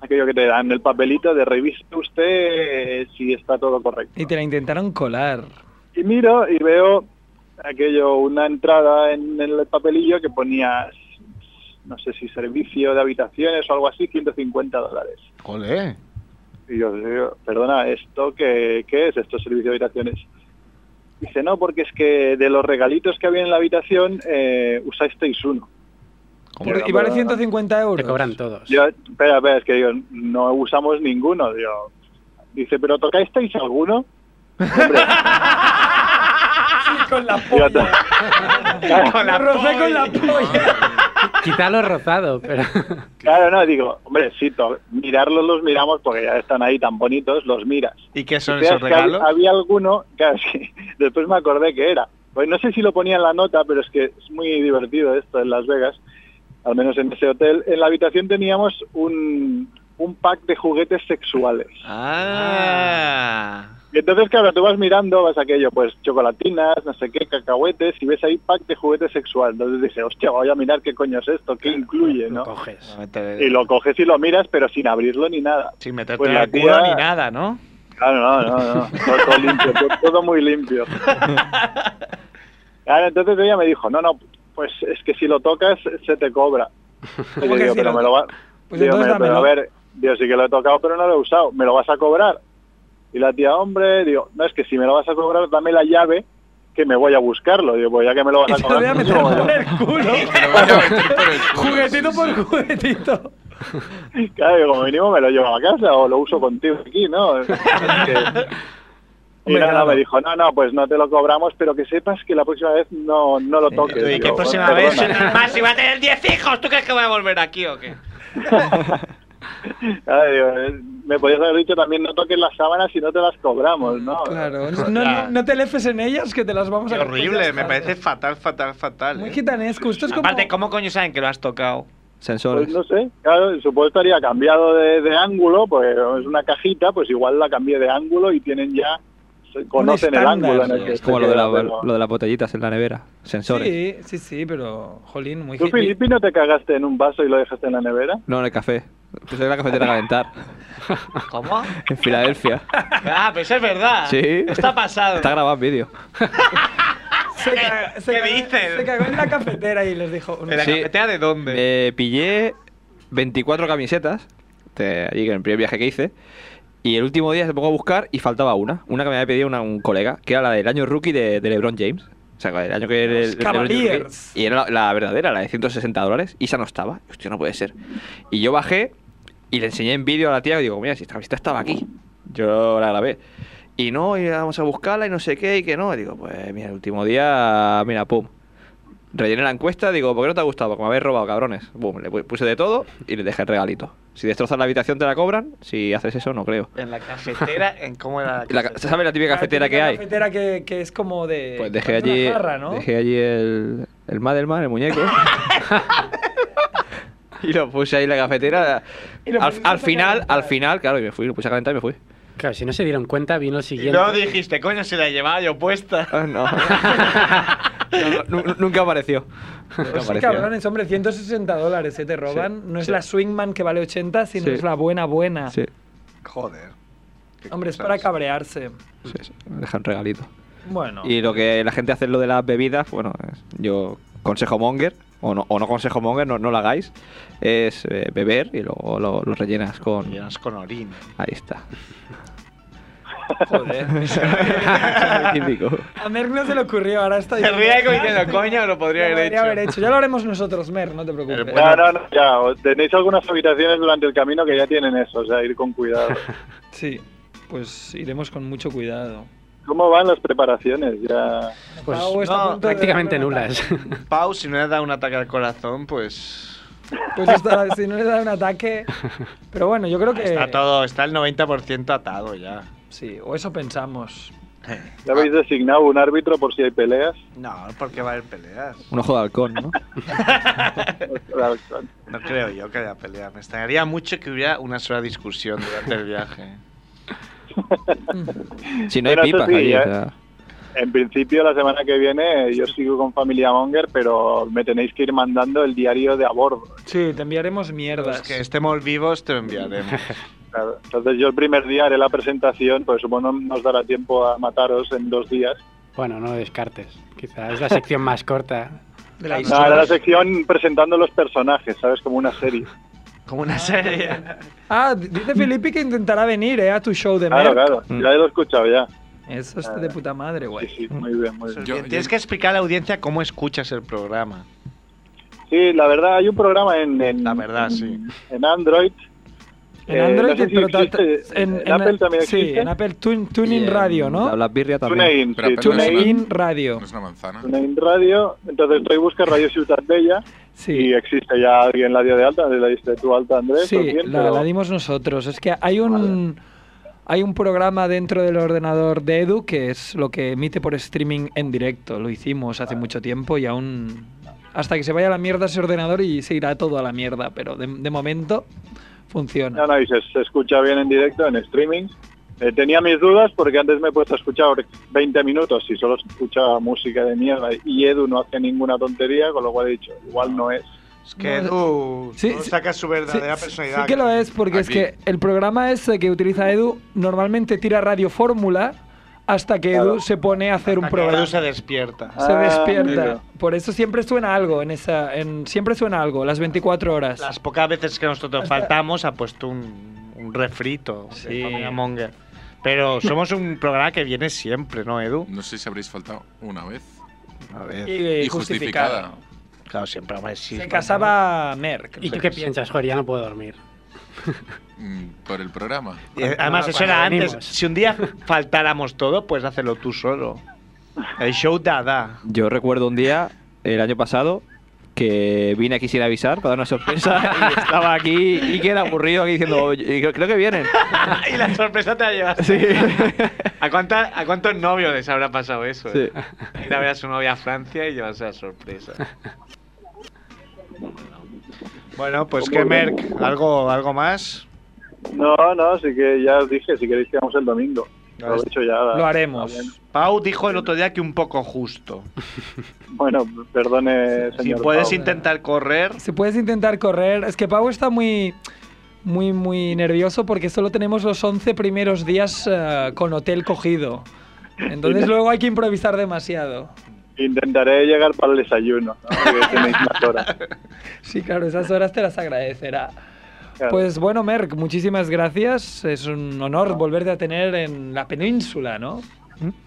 L: aquello que te dan el papelito de reviste usted eh, si está todo correcto.
A: Y te la intentaron colar.
L: y miro y veo aquello, una entrada en el papelillo que ponía, no sé si servicio de habitaciones o algo así, 150 dólares.
E: Jolé.
L: Y yo digo, perdona, ¿esto qué, qué es, esto servicio de habitaciones? Dice, no, porque es que de los regalitos que había en la habitación eh, usasteis uno.
A: Por- y vale 150 euros.
D: Te cobran todos.
L: Yo, espera, espera, es que digo, no usamos ninguno. Digo, dice, ¿pero tocasteis alguno?
A: con la
L: Digo, "To-
A: Con la rocé con la polla.
D: Quizá lo rozado, pero.
L: Claro, no, digo, hombre, sí, to- mirarlos los miramos porque ya están ahí tan bonitos, los miras.
E: ¿Y qué son
L: Y veas
E: esos
L: que
E: regalos?
L: hab- había alguno, claro, *laughs* sí, después me acordé que era. Pues no sé si lo ponía en la nota, pero es que es muy divertido esto en Las Vegas, al menos en ese hotel. En la habitación teníamos un, un pack de juguetes sexuales.
E: Ah.
L: Y entonces, claro, tú vas mirando, vas aquello, pues chocolatinas, no sé qué, cacahuetes, y ves ahí pack de juguetes sexual. Entonces dices, hostia, voy a mirar qué coño es esto, qué *laughs* incluye,
D: Lo *laughs*
L: ¿no?
D: coges.
L: Y lo coges y lo miras, pero sin abrirlo ni nada.
E: Sin meterte
L: Pues
E: la
L: la
E: cura
L: cura-
E: ni nada, ¿no?
L: Claro, no, no, no. Todo, todo limpio, todo, todo muy limpio. Claro, entonces ella me dijo, no, no, pues es que si lo tocas se te cobra. Y
A: ¿Cómo
L: le
A: que
L: digo,
A: si
L: pero
A: lo
L: me lo va...
A: Pues
L: digo,
A: entonces
L: me- pero a
A: dámelo.
L: ver, digo, sí que lo he tocado, pero no lo he usado. ¿Me lo vas a cobrar? Y la tía, hombre, digo, no, es que si me lo vas a cobrar, dame la llave que me voy a buscarlo. Digo, pues ya que me lo
A: Y *laughs*
L: vas
A: te
L: a
A: lo voy a
L: cobrar...
A: meter
L: *laughs* pues yo me
A: por el culo. *laughs*
J: Te lo voy
E: *laughs*
J: a meter por el culo.
A: Juguetito
J: sí,
A: por
J: sí.
A: juguetito.
L: voy a- Claro, digo, como mínimo me lo llevo a casa o lo uso contigo aquí,
A: *laughs*
L: ¿no? Es que- Y
A: Hombre,
L: nada,
A: claro.
L: me dijo, no, no, pues no te lo cobramos, pero que sepas que la próxima vez no, no lo toques.
E: ¿Y
L: Digo,
E: qué
L: "Bueno,
E: próxima vez?
L: perdona".
E: *laughs* Más si va a tener 10 hijos, ¿tú crees que voy a volver aquí o qué?
L: *laughs* Claro, digo, eh, me podías haber dicho también no toques las sábanas si no te las cobramos, ¿no?
A: Claro. No, no, no te lefes en ellas que te las vamos
E: Qué
A: a
E: horrible, me parece fatal, fatal, fatal.
A: Muy
E: ¿eh?
A: gitanesco. Esto es como.
E: Aparte, ¿cómo coño saben que lo has tocado?
B: Sensores.
L: Pues no sé, claro, supongo que estaría cambiado de, de ángulo, porque es una cajita, pues igual la cambié de ángulo y tienen ya, se- conocen el
A: estándar,
L: ángulo en el
B: Sí,
L: que
B: es
L: se
B: como lo de, la-
L: queda, pero-
B: lo de las botellitas en la nevera. Sensores.
A: Sí, sí, sí, pero. Jolín, muy
L: ¿Tú,
A: hit-
L: Filipino, te cagaste en un vaso y lo dejaste en la nevera?
B: No, en el café. Puse la cafetera a calentar.
E: ¿Cómo?
B: En Filadelfia.
E: Ah, pues es verdad.
B: Sí.
E: Está pasado.
B: Está grabado en vídeo.
A: Se caga- se
E: ¿Qué
A: cagó-
E: dices?
A: Se cagó en la cafetera y les dijo.
E: ¿En la
B: Sí. Eh,
E: cafetera de dónde?
B: Me pillé 24 camisetas. de allí en el primer viaje que hice. Y el último día se pongo a buscar y faltaba una. Una que me había pedido una- un colega, que era la del año rookie de, de LeBron James. O sea, el año que el- el- LeBron James
A: Cavaliers.
B: rookie. Y era la, la verdadera, la de 160 dólares. Y esa no estaba. Hostia, no puede ser. Y yo bajé y le enseñé en vídeo a la tía. Y digo, mira, si esta camiseta estaba aquí. Yo la grabé. Y no, y vamos a buscarla y no sé qué, y que no. Y digo, pues mira, el último día, mira, pum. Rellené la encuesta, digo, ¿por qué no te ha gustado? Porque me habéis robado, cabrones. Boom, le pu- puse de todo y le dejé el regalito. Si destrozas la habitación te la cobran, si haces eso no creo.
E: En la cafetera, en cómo era la
B: La ca- ¿Sabes la típica cafetera que hay?
A: cafetera que, que es como de.
B: Pues dejé
A: parece Eh, una
B: allí,
A: jarra, ¿no?
B: dejé allí el, el Madelman, el muñeco. *laughs* y lo puse ahí en la cafetera.
D: Y lo
B: Al,
D: pusiste
B: al
D: a
B: final, al final, claro, y me fui, lo puse a calentar y me fui.
D: Claro, si no se dieron cuenta, vino el
E: Y
D: siguiente.
E: no dijiste, coño, se la llevaba yo puesta.
B: no. *laughs* Nunca apareció. *laughs* Nunca
A: Pues Sí,
B: apareció.
A: cabrones, hombre, 160 dólares se te roban. no es
B: sí.
A: la Swingman que vale 80, sino
B: Sí.
A: es la buena buena.
B: Sí,
E: Joder.
A: Hombre, es para cabrearse.
B: sí, sí, me dejan un regalito.
A: Bueno.
B: Y lo que la gente hace lo de las bebidas, bueno, es- yo consejo monger, o no, o no consejo monger, no, no lo hagáis, es eh, beber y luego lo, lo rellenas con...
E: Rellenas con orina.
B: Ahí está.
A: Joder.
B: *laughs* Típico.
A: A Merck no se le ocurrió, ahora está
E: Se ríe como diciendo, coño, lo podría haber hecho.
A: Ya lo haremos nosotros, Merck, no te preocupes.
L: No, no, no, ya. o Tenéis algunas habitaciones durante el camino que ya tienen eso, o sea, ir con cuidado.
A: Sí, pues iremos con mucho cuidado.
L: ¿Cómo van las preparaciones? Ya.
D: Pues
A: Pau está a
E: no,
A: punto de
D: prácticamente
A: darle un
D: nulas. *laughs*
E: Pau, si no le da un ataque al corazón, pues.
A: ataque. Pues está- si no le da
D: *laughs*
A: un ataque. Pero bueno, yo creo que.
E: Está todo, está el 90% atado ya.
A: Sí, o eso pensamos.
B: Ah.
L: ¿Ya habéis designado un árbitro por si hay peleas?
E: No, porque va a haber peleas.
B: Un ojo de halcón, ¿no?
E: No creo yo que haya peleas. Me extrañaría mucho que hubiera una sola discusión durante el viaje.
B: Si no hay
L: Bueno, eso
B: pipas
L: sí,
B: allí, o
L: ¿eh?
B: sea,
L: En principio, la semana que viene yo sigo con Familia Monger, pero me tenéis que ir mandando el diario de a bordo.
A: Sí, te enviaremos mierdas.
E: Los que estemos vivos te lo enviaremos.
L: Claro. Entonces yo el primer día haré la presentación, pues supongo no nos dará tiempo a mataros en dos días.
D: Bueno, no descartes. Quizás es la sección más corta.
A: De la
L: No, haré la sección presentando los personajes, ¿sabes? Como una serie.
E: Como una serie.
A: Ah, dice Felipe que intentará venir eh, a tu show de
L: Claro,
A: Merck.
L: claro,
B: Mm.
L: ya lo he escuchado ya.
A: Eso está de puta madre, güey.
L: Sí, sí, muy bien, muy bien.
E: Tienes que explicar a la audiencia cómo escuchas el programa.
L: Sí, la verdad, hay un programa en, en,
E: La verdad, sí.
L: en Android.
A: En
L: Eh,
A: Android,
L: no sé si
A: pero ta- ta-
L: existe-
A: en,
L: en Apple también
A: Sí,
L: existe.
A: en Apple Tun- Tuning
B: y en
A: Radio,
B: La
A: ¿no?
B: Blasbirria también.
L: TuneIn,
J: Pero
L: sí,
J: apenas
L: TuneIn,
A: Tuning Radio.
J: No es una manzana.
L: TuneIn Radio. Entonces estoy busca Radio Ciudad Bella
A: Sí.
L: y existe ya alguien la dio de alta, le diste tú alta, Andrés. o
A: Sí,
L: quién,
A: la,
L: pero-
A: la dimos nosotros. Es que hay un hay un programa dentro del ordenador de Edu que es lo que emite por streaming en directo. Lo hicimos hace mucho tiempo y aún hasta que se vaya a la mierda ese ordenador y se irá todo a la mierda, pero de, de momento funciona.
L: No, no, y se, se escucha bien en directo, en streaming. Eh, tenía mis dudas porque antes me he puesto a escuchar 20 minutos y solo escuchaba música de mierda y Edu no hace ninguna tontería, con lo cual he dicho, igual no es.
E: Es que
A: No,
E: tú
A: sí,
E: tú
A: sí.
E: sacas su
A: Sí,
E: verdadera
A: sí-
E: personalidad.
A: sí que lo es porque es
J: Aquí.
A: que el programa ese que utiliza Edu normalmente tira Radio Fórmula hasta que Edu
L: Claro.
A: se pone a hacer un
E: Hasta que
A: programa.
E: Edu se despierta.
A: Se
L: Ah,
A: despierta.
L: mira.
A: Por eso siempre suena algo en esa. En, siempre suena algo, las 24 horas.
E: Las pocas veces
A: *laughs*
E: que nosotros faltamos ha puesto un, un refrito de
A: Sí.
E: Familia Monger.
A: *laughs*
E: Pero somos un programa que viene siempre, ¿no, Edu?
J: No sé si habréis faltado una vez.
E: A ver.
A: Y,
J: Y justificada.
E: Claro, siempre vamos a decir.
A: Se casaba Merck.
D: ¿Y tú qué piensas? Joder, ya no puedo dormir.
J: Mm, Por el programa.
E: Y Eh, Además,
D: Cuando
E: eso era antes.
D: venimos.
E: Si
A: *laughs*
E: un día faltáramos todo, puedes hacerlo tú solo. El show dada.
B: Yo recuerdo un día, el año pasado, que vine aquí sin avisar para dar una *laughs* sorpresa y estaba aquí y que era aburrido aquí diciendo, "Oye, creo creo que vienen.
E: y la sorpresa te la llevas.
B: Sí.
E: ¿A, cuánta- ¿A cuántos novios les habrá pasado eso?
B: Sí.
E: eh? Ir a ver a su novia a Francia y llevarse la sorpresa. Bueno. Bueno, pues que Merck, ¿algo, algo más?
L: No, no, sí que ya os dije, si queréis quedamos el domingo.
E: Ya
L: Lo, he
E: ves.
L: hecho ya,
A: Lo haremos.
H: Ah,
L: está bien.
E: Pau dijo el otro día que un poco justo.
L: Bueno, perdone, señor.
E: Si puedes
H: ¿eh?
L: Pau.
E: intentar correr,
A: Si puedes intentar correr. Es que Pau está muy. Muy, muy nervioso porque solo tenemos los 11 primeros días eh, con hotel cogido. Entonces luego hay que improvisar demasiado.
L: Intentaré llegar para el desayuno, ¿no? Porque tenéis más horas.
A: Sí, claro, esas horas te las agradecerá.
L: Claro.
A: Pues bueno, Merck, muchísimas gracias. Es un honor volverte a tener en la península, ¿no?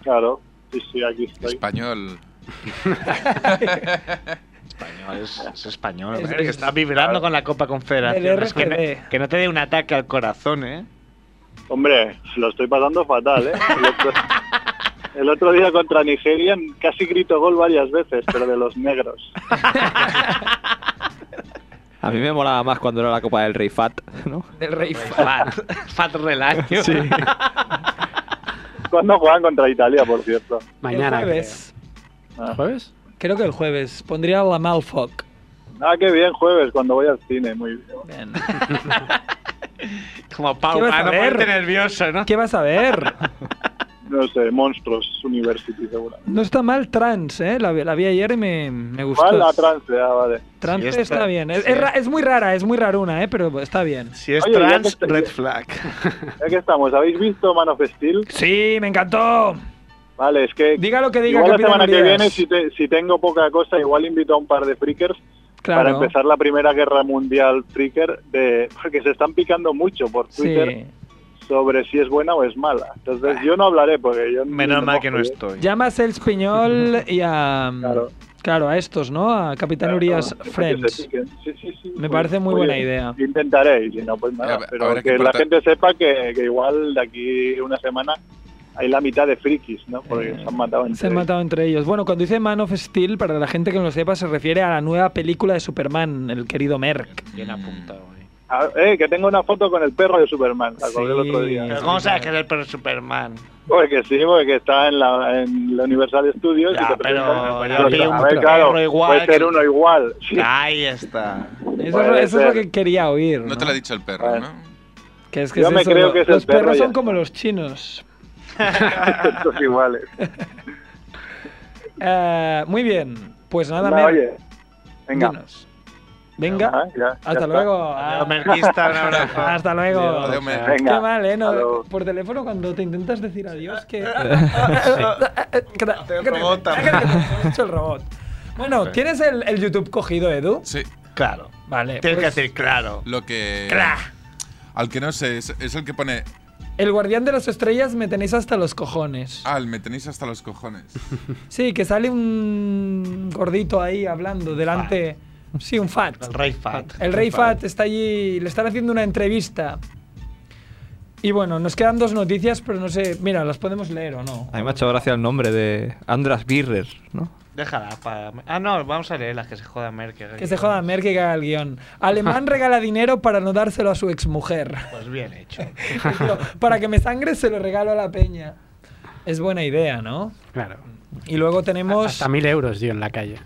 L: Claro, sí, sí, aquí estoy.
J: Español.
E: español, es, es español.
A: Es-
E: Merck,
A: es-
E: estás vibrando con la Copa Confederación.
A: Del
E: Es que,
A: RGB.
E: no- que no te dé un ataque al corazón, ¿eh?
L: Hombre, lo estoy pasando fatal, ¿eh? El otro- El otro día contra Nigeria casi grito gol varias veces, pero de los negros.
B: A mí me molaba más cuando era la Copa del Rey Fat, ¿no?
E: Del rey Fat. Fat Relax.
B: Sí.
L: ¿Cuándo juegan contra Italia, por cierto?
A: el jueves.
L: creo.
A: jueves? Creo que el jueves. Pondría la Malfoc.
L: Ah, qué bien, jueves, cuando voy al cine, muy bien.
E: Como Pau,
L: ¿Qué vas a
E: para no ponerte
L: ver?
E: nervioso, ¿no?
A: *laughs* ¿Qué vas a ver?
L: No sé, Monstruos University, seguro.
A: No está mal Trans, ¿eh? La, vi- la vi ayer y me, me gustó.
L: ¿Cuál la trance? Ah, vale.
A: Trans está, bien. Es, es ra- es muy rara, es muy raruna, ¿eh? Pero está bien.
M: Si
L: es Oye, ya trans, que está-
M: red flag.
L: Ya que estamos, ¿habéis visto Man of Steel?
A: Sí, me encantó.
L: Vale, es que...
A: Diga lo que diga,
L: Igual la
A: Capitán
L: semana que
A: Urias.
L: viene, si, te- si tengo poca cosa, igual invito a un par de freakers
A: Claro.
L: para empezar la Primera Guerra Mundial freaker, de, porque se están picando mucho por Twitter
A: Sí.
L: sobre si es buena o es mala. Entonces yo no hablaré porque yo... ni
M: Menos
L: me
M: mal
L: mojo,
M: que no
L: ¿eh?
M: estoy.
A: Llamas el español y a.
L: Claro.
A: claro, a estos, ¿no? A Capitán Urias
L: Que se
A: Friends.
L: piquen. Sí, sí, sí.
A: Me
L: Pues,
A: parece muy buena
L: oye,
A: idea.
L: Intentaré, y si no, pues nada.
A: Habrá-
L: pero
A: habrá que
L: que la
A: portar-
L: gente sepa que, que igual de aquí una semana hay la mitad de frikis, ¿no? Porque se han matado
A: Eh, Se
L: entre
A: han
L: ellos.
A: matado entre ellos. Bueno, cuando dice Man of Steel, para la gente que no lo sepa, se refiere a la nueva película de Superman, el querido Merck.
E: Bien
C: Mm,
E: apuntado.
L: Ah, eh, que tengo una foto con el perro de Superman, la colgué el otro día.
E: Pero ¿cómo sabes que es el perro Superman?
L: Porque sí, porque está en la, en la Universal Studios.
E: Ya,
L: y te
E: pero
L: presentan-
E: ya
L: Pero,
E: vi un
L: a ver,
E: perro
L: claro,
E: igual
L: puede ser
E: que-
L: uno
E: *laughs*
L: igual. sí.
E: Ahí está.
A: Eso, es lo-
L: Puede
A: eso es lo
L: ser.
A: que quería oír.
C: No
A: ¿no?
C: te lo ha dicho el perro, ¿no?
A: Que es que
L: Yo
A: es
L: me
A: eso,
L: creo
A: lo-
L: que es el
A: los perros
L: perro y
A: son
L: ya
A: como los chinos.
L: Estos iguales.
A: Eh, muy bien. Pues nada,
L: No,
A: Merck.
L: oye, venga.
A: dinos. Venga.
L: Ajá, ya, ya
A: Hasta
L: está.
A: luego.
E: Adiós, Merquista, un abrazo.
A: Hasta luego.
E: Adiós, Adiós, Merck.
A: Qué
E: Venga.
A: mal, ¿eh? No,
E: Adiós.
A: por teléfono cuando te intentas decir adiós que...
E: Te rebota.
A: Has hecho el robot. Bueno,
E: Sí.
A: ¿tienes el, el YouTube cogido, Edu?
C: Sí.
E: Claro.
A: Vale.
E: Tienes
A: pues,
E: que decir claro.
C: Lo que.
A: Cra.
C: Al que no sé, es, es el que pone.
A: El guardián de las estrellas me tenéis hasta los cojones.
C: Al, me tenéis hasta los cojones.
A: Sí, que sale un gordito ahí hablando delante. Sí, un fat.
E: El rey Fat.
A: El rey Fat está allí, le están haciendo una entrevista. Y bueno, nos quedan dos noticias, pero no sé, mira, las podemos leer o no.
B: A mí me ha hecho gracia el nombre de Andras Birrer, ¿no?
E: Déjala para. Ah, no, vamos a leer las que se joda Merkel.
A: Que se joda Merck que haga el guión.
E: *laughs*
A: Alemán regala dinero para no dárselo a su exmujer.
E: Pues
A: *laughs*
E: bien hecho.
A: Pero para que me sangre se lo regalo a la peña. Es buena idea, ¿no?
D: Claro.
A: Y luego tenemos...
D: Hasta mil euros, tío, en la calle.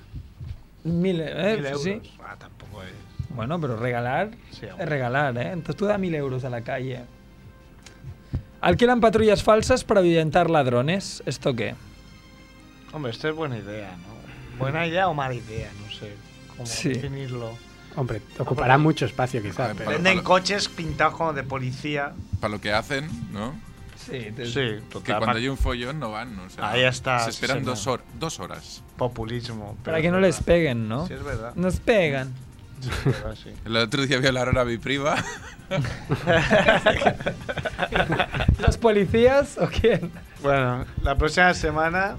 A: Mil, eh,
E: Mil euros.
A: sí.
E: Ah, tampoco es.
A: Bueno, pero regalar
E: Sí,
A: es
E: hombre.
A: regalar, ¿eh? Entonces tú da mil euros a la calle. Alquilan patrullas falsas para ahuyentar ladrones. ¿Esto qué?
E: Hombre, esto es buena idea, ¿no? Buena idea o mala idea, no sé cómo
A: Sí.
E: definirlo.
D: Hombre, ocupará mucho espacio quizás. pero-
E: Venden coches pintados como de policía.
C: Para lo que hacen, ¿no?
A: Sí,
E: Sí,
C: Que
E: total.
C: cuando hay un follón no van, o sea,
E: Pues Ahí está,
C: Se esperan
E: sí,
C: dos,
E: señor.
C: hor- dos horas.
E: Populismo. pero
A: Para
E: es
A: que no
E: verdad.
A: les peguen, ¿no?
E: Sí, es verdad.
A: Nos
E: *laughs*
A: pegan. *laughs*
E: Es verdad, sí.
C: El otro día violaron a mi prima. *laughs*
A: ¿Los policías o quién?
E: Bueno, la próxima semana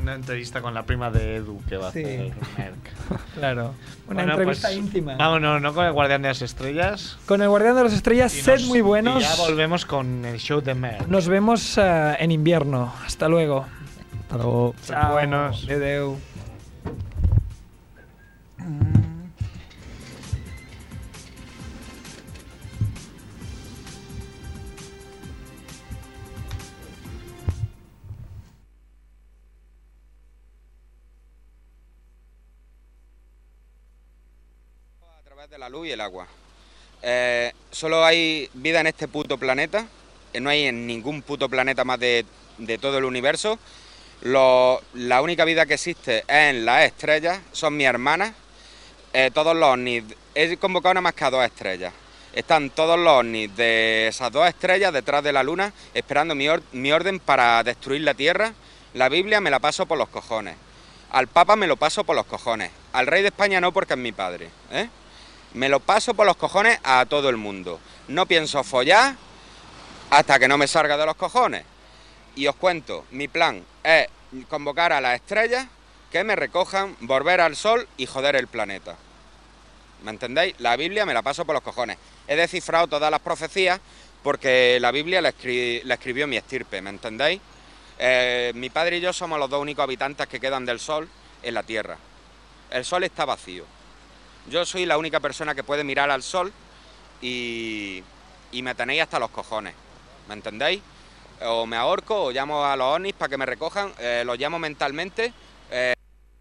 E: una entrevista con la prima de Edu que va
A: Sí.
E: a hacer Merck.
A: Claro. Una
E: Bueno,
A: entrevista
E: pues,
A: íntima.
E: Vámonos, no con el Guardián de las Estrellas.
A: Con el Guardián de las Estrellas,
E: Y
A: sed
E: nos-
A: muy buenos.
E: Y ya volvemos con el show de Merck.
A: Nos vemos eh, en invierno. Hasta luego.
B: Hasta luego.
A: Chao.
E: buenos.
A: Adeu.
N: través de la luz y el agua. Eh, solo hay vida en este puto planeta, que no hay en ningún puto planeta más de, de todo el universo. Lo- la única vida que existe es en las estrellas, son mis hermanas, eh, todos los ovnis. He convocado nada más que a dos estrellas. Están todos los ovnis de esas dos estrellas detrás de la luna, esperando mi, or- mi orden para destruir la Tierra. La Biblia me la paso por los cojones. Al Papa me lo paso por los cojones. Al rey de España no porque es mi padre. ¿eh? Me lo paso por los cojones a todo el mundo. No pienso follar hasta que no me salga de los cojones. Y os cuento, mi plan es convocar a las estrellas que me recojan, volver al sol y joder el planeta. ¿Me entendéis? La Biblia me la paso por los cojones. He descifrado todas las profecías porque la Biblia la, escri- la escribió mi estirpe, ¿me entendéis? Eh, mi padre y yo somos los dos únicos habitantes que quedan del sol en la Tierra. El sol está vacío. Yo soy la única persona que puede mirar al sol y, y me tenéis hasta los cojones. ¿Me entendéis? O me ahorco o llamo a los ovnis para que me recojan, eh, los llamo mentalmente. eh,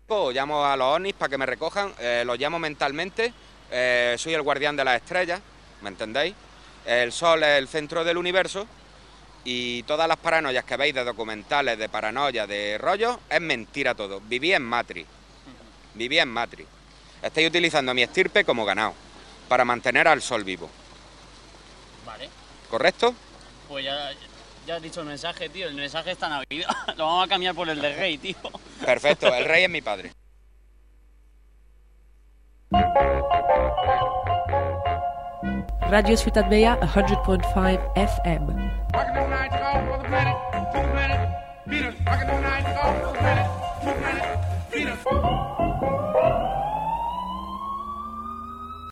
N: o llamo a los ovnis para que me recojan, eh, los llamo mentalmente. eh, soy el guardián de las estrellas, ¿me entendéis? El sol es el centro del universo y todas las paranoias que veis de documentales, de paranoia, de rollo, es mentira todo. Viví en Matrix. Viví en Matrix. Estáis utilizando a mi estirpe como ganado para mantener al sol vivo.
O: Vale.
N: ¿Correcto?
O: Pues ya, ya has dicho el mensaje, tío. El mensaje está navideño. *laughs* Lo vamos a cambiar por el de rey, tío.
N: Perfecto, el rey es mi padre.
P: Radio Ciudad Bella 100.5 FM.
F: Rocket on night, go for the planet, to the planet, Venus. Rocket on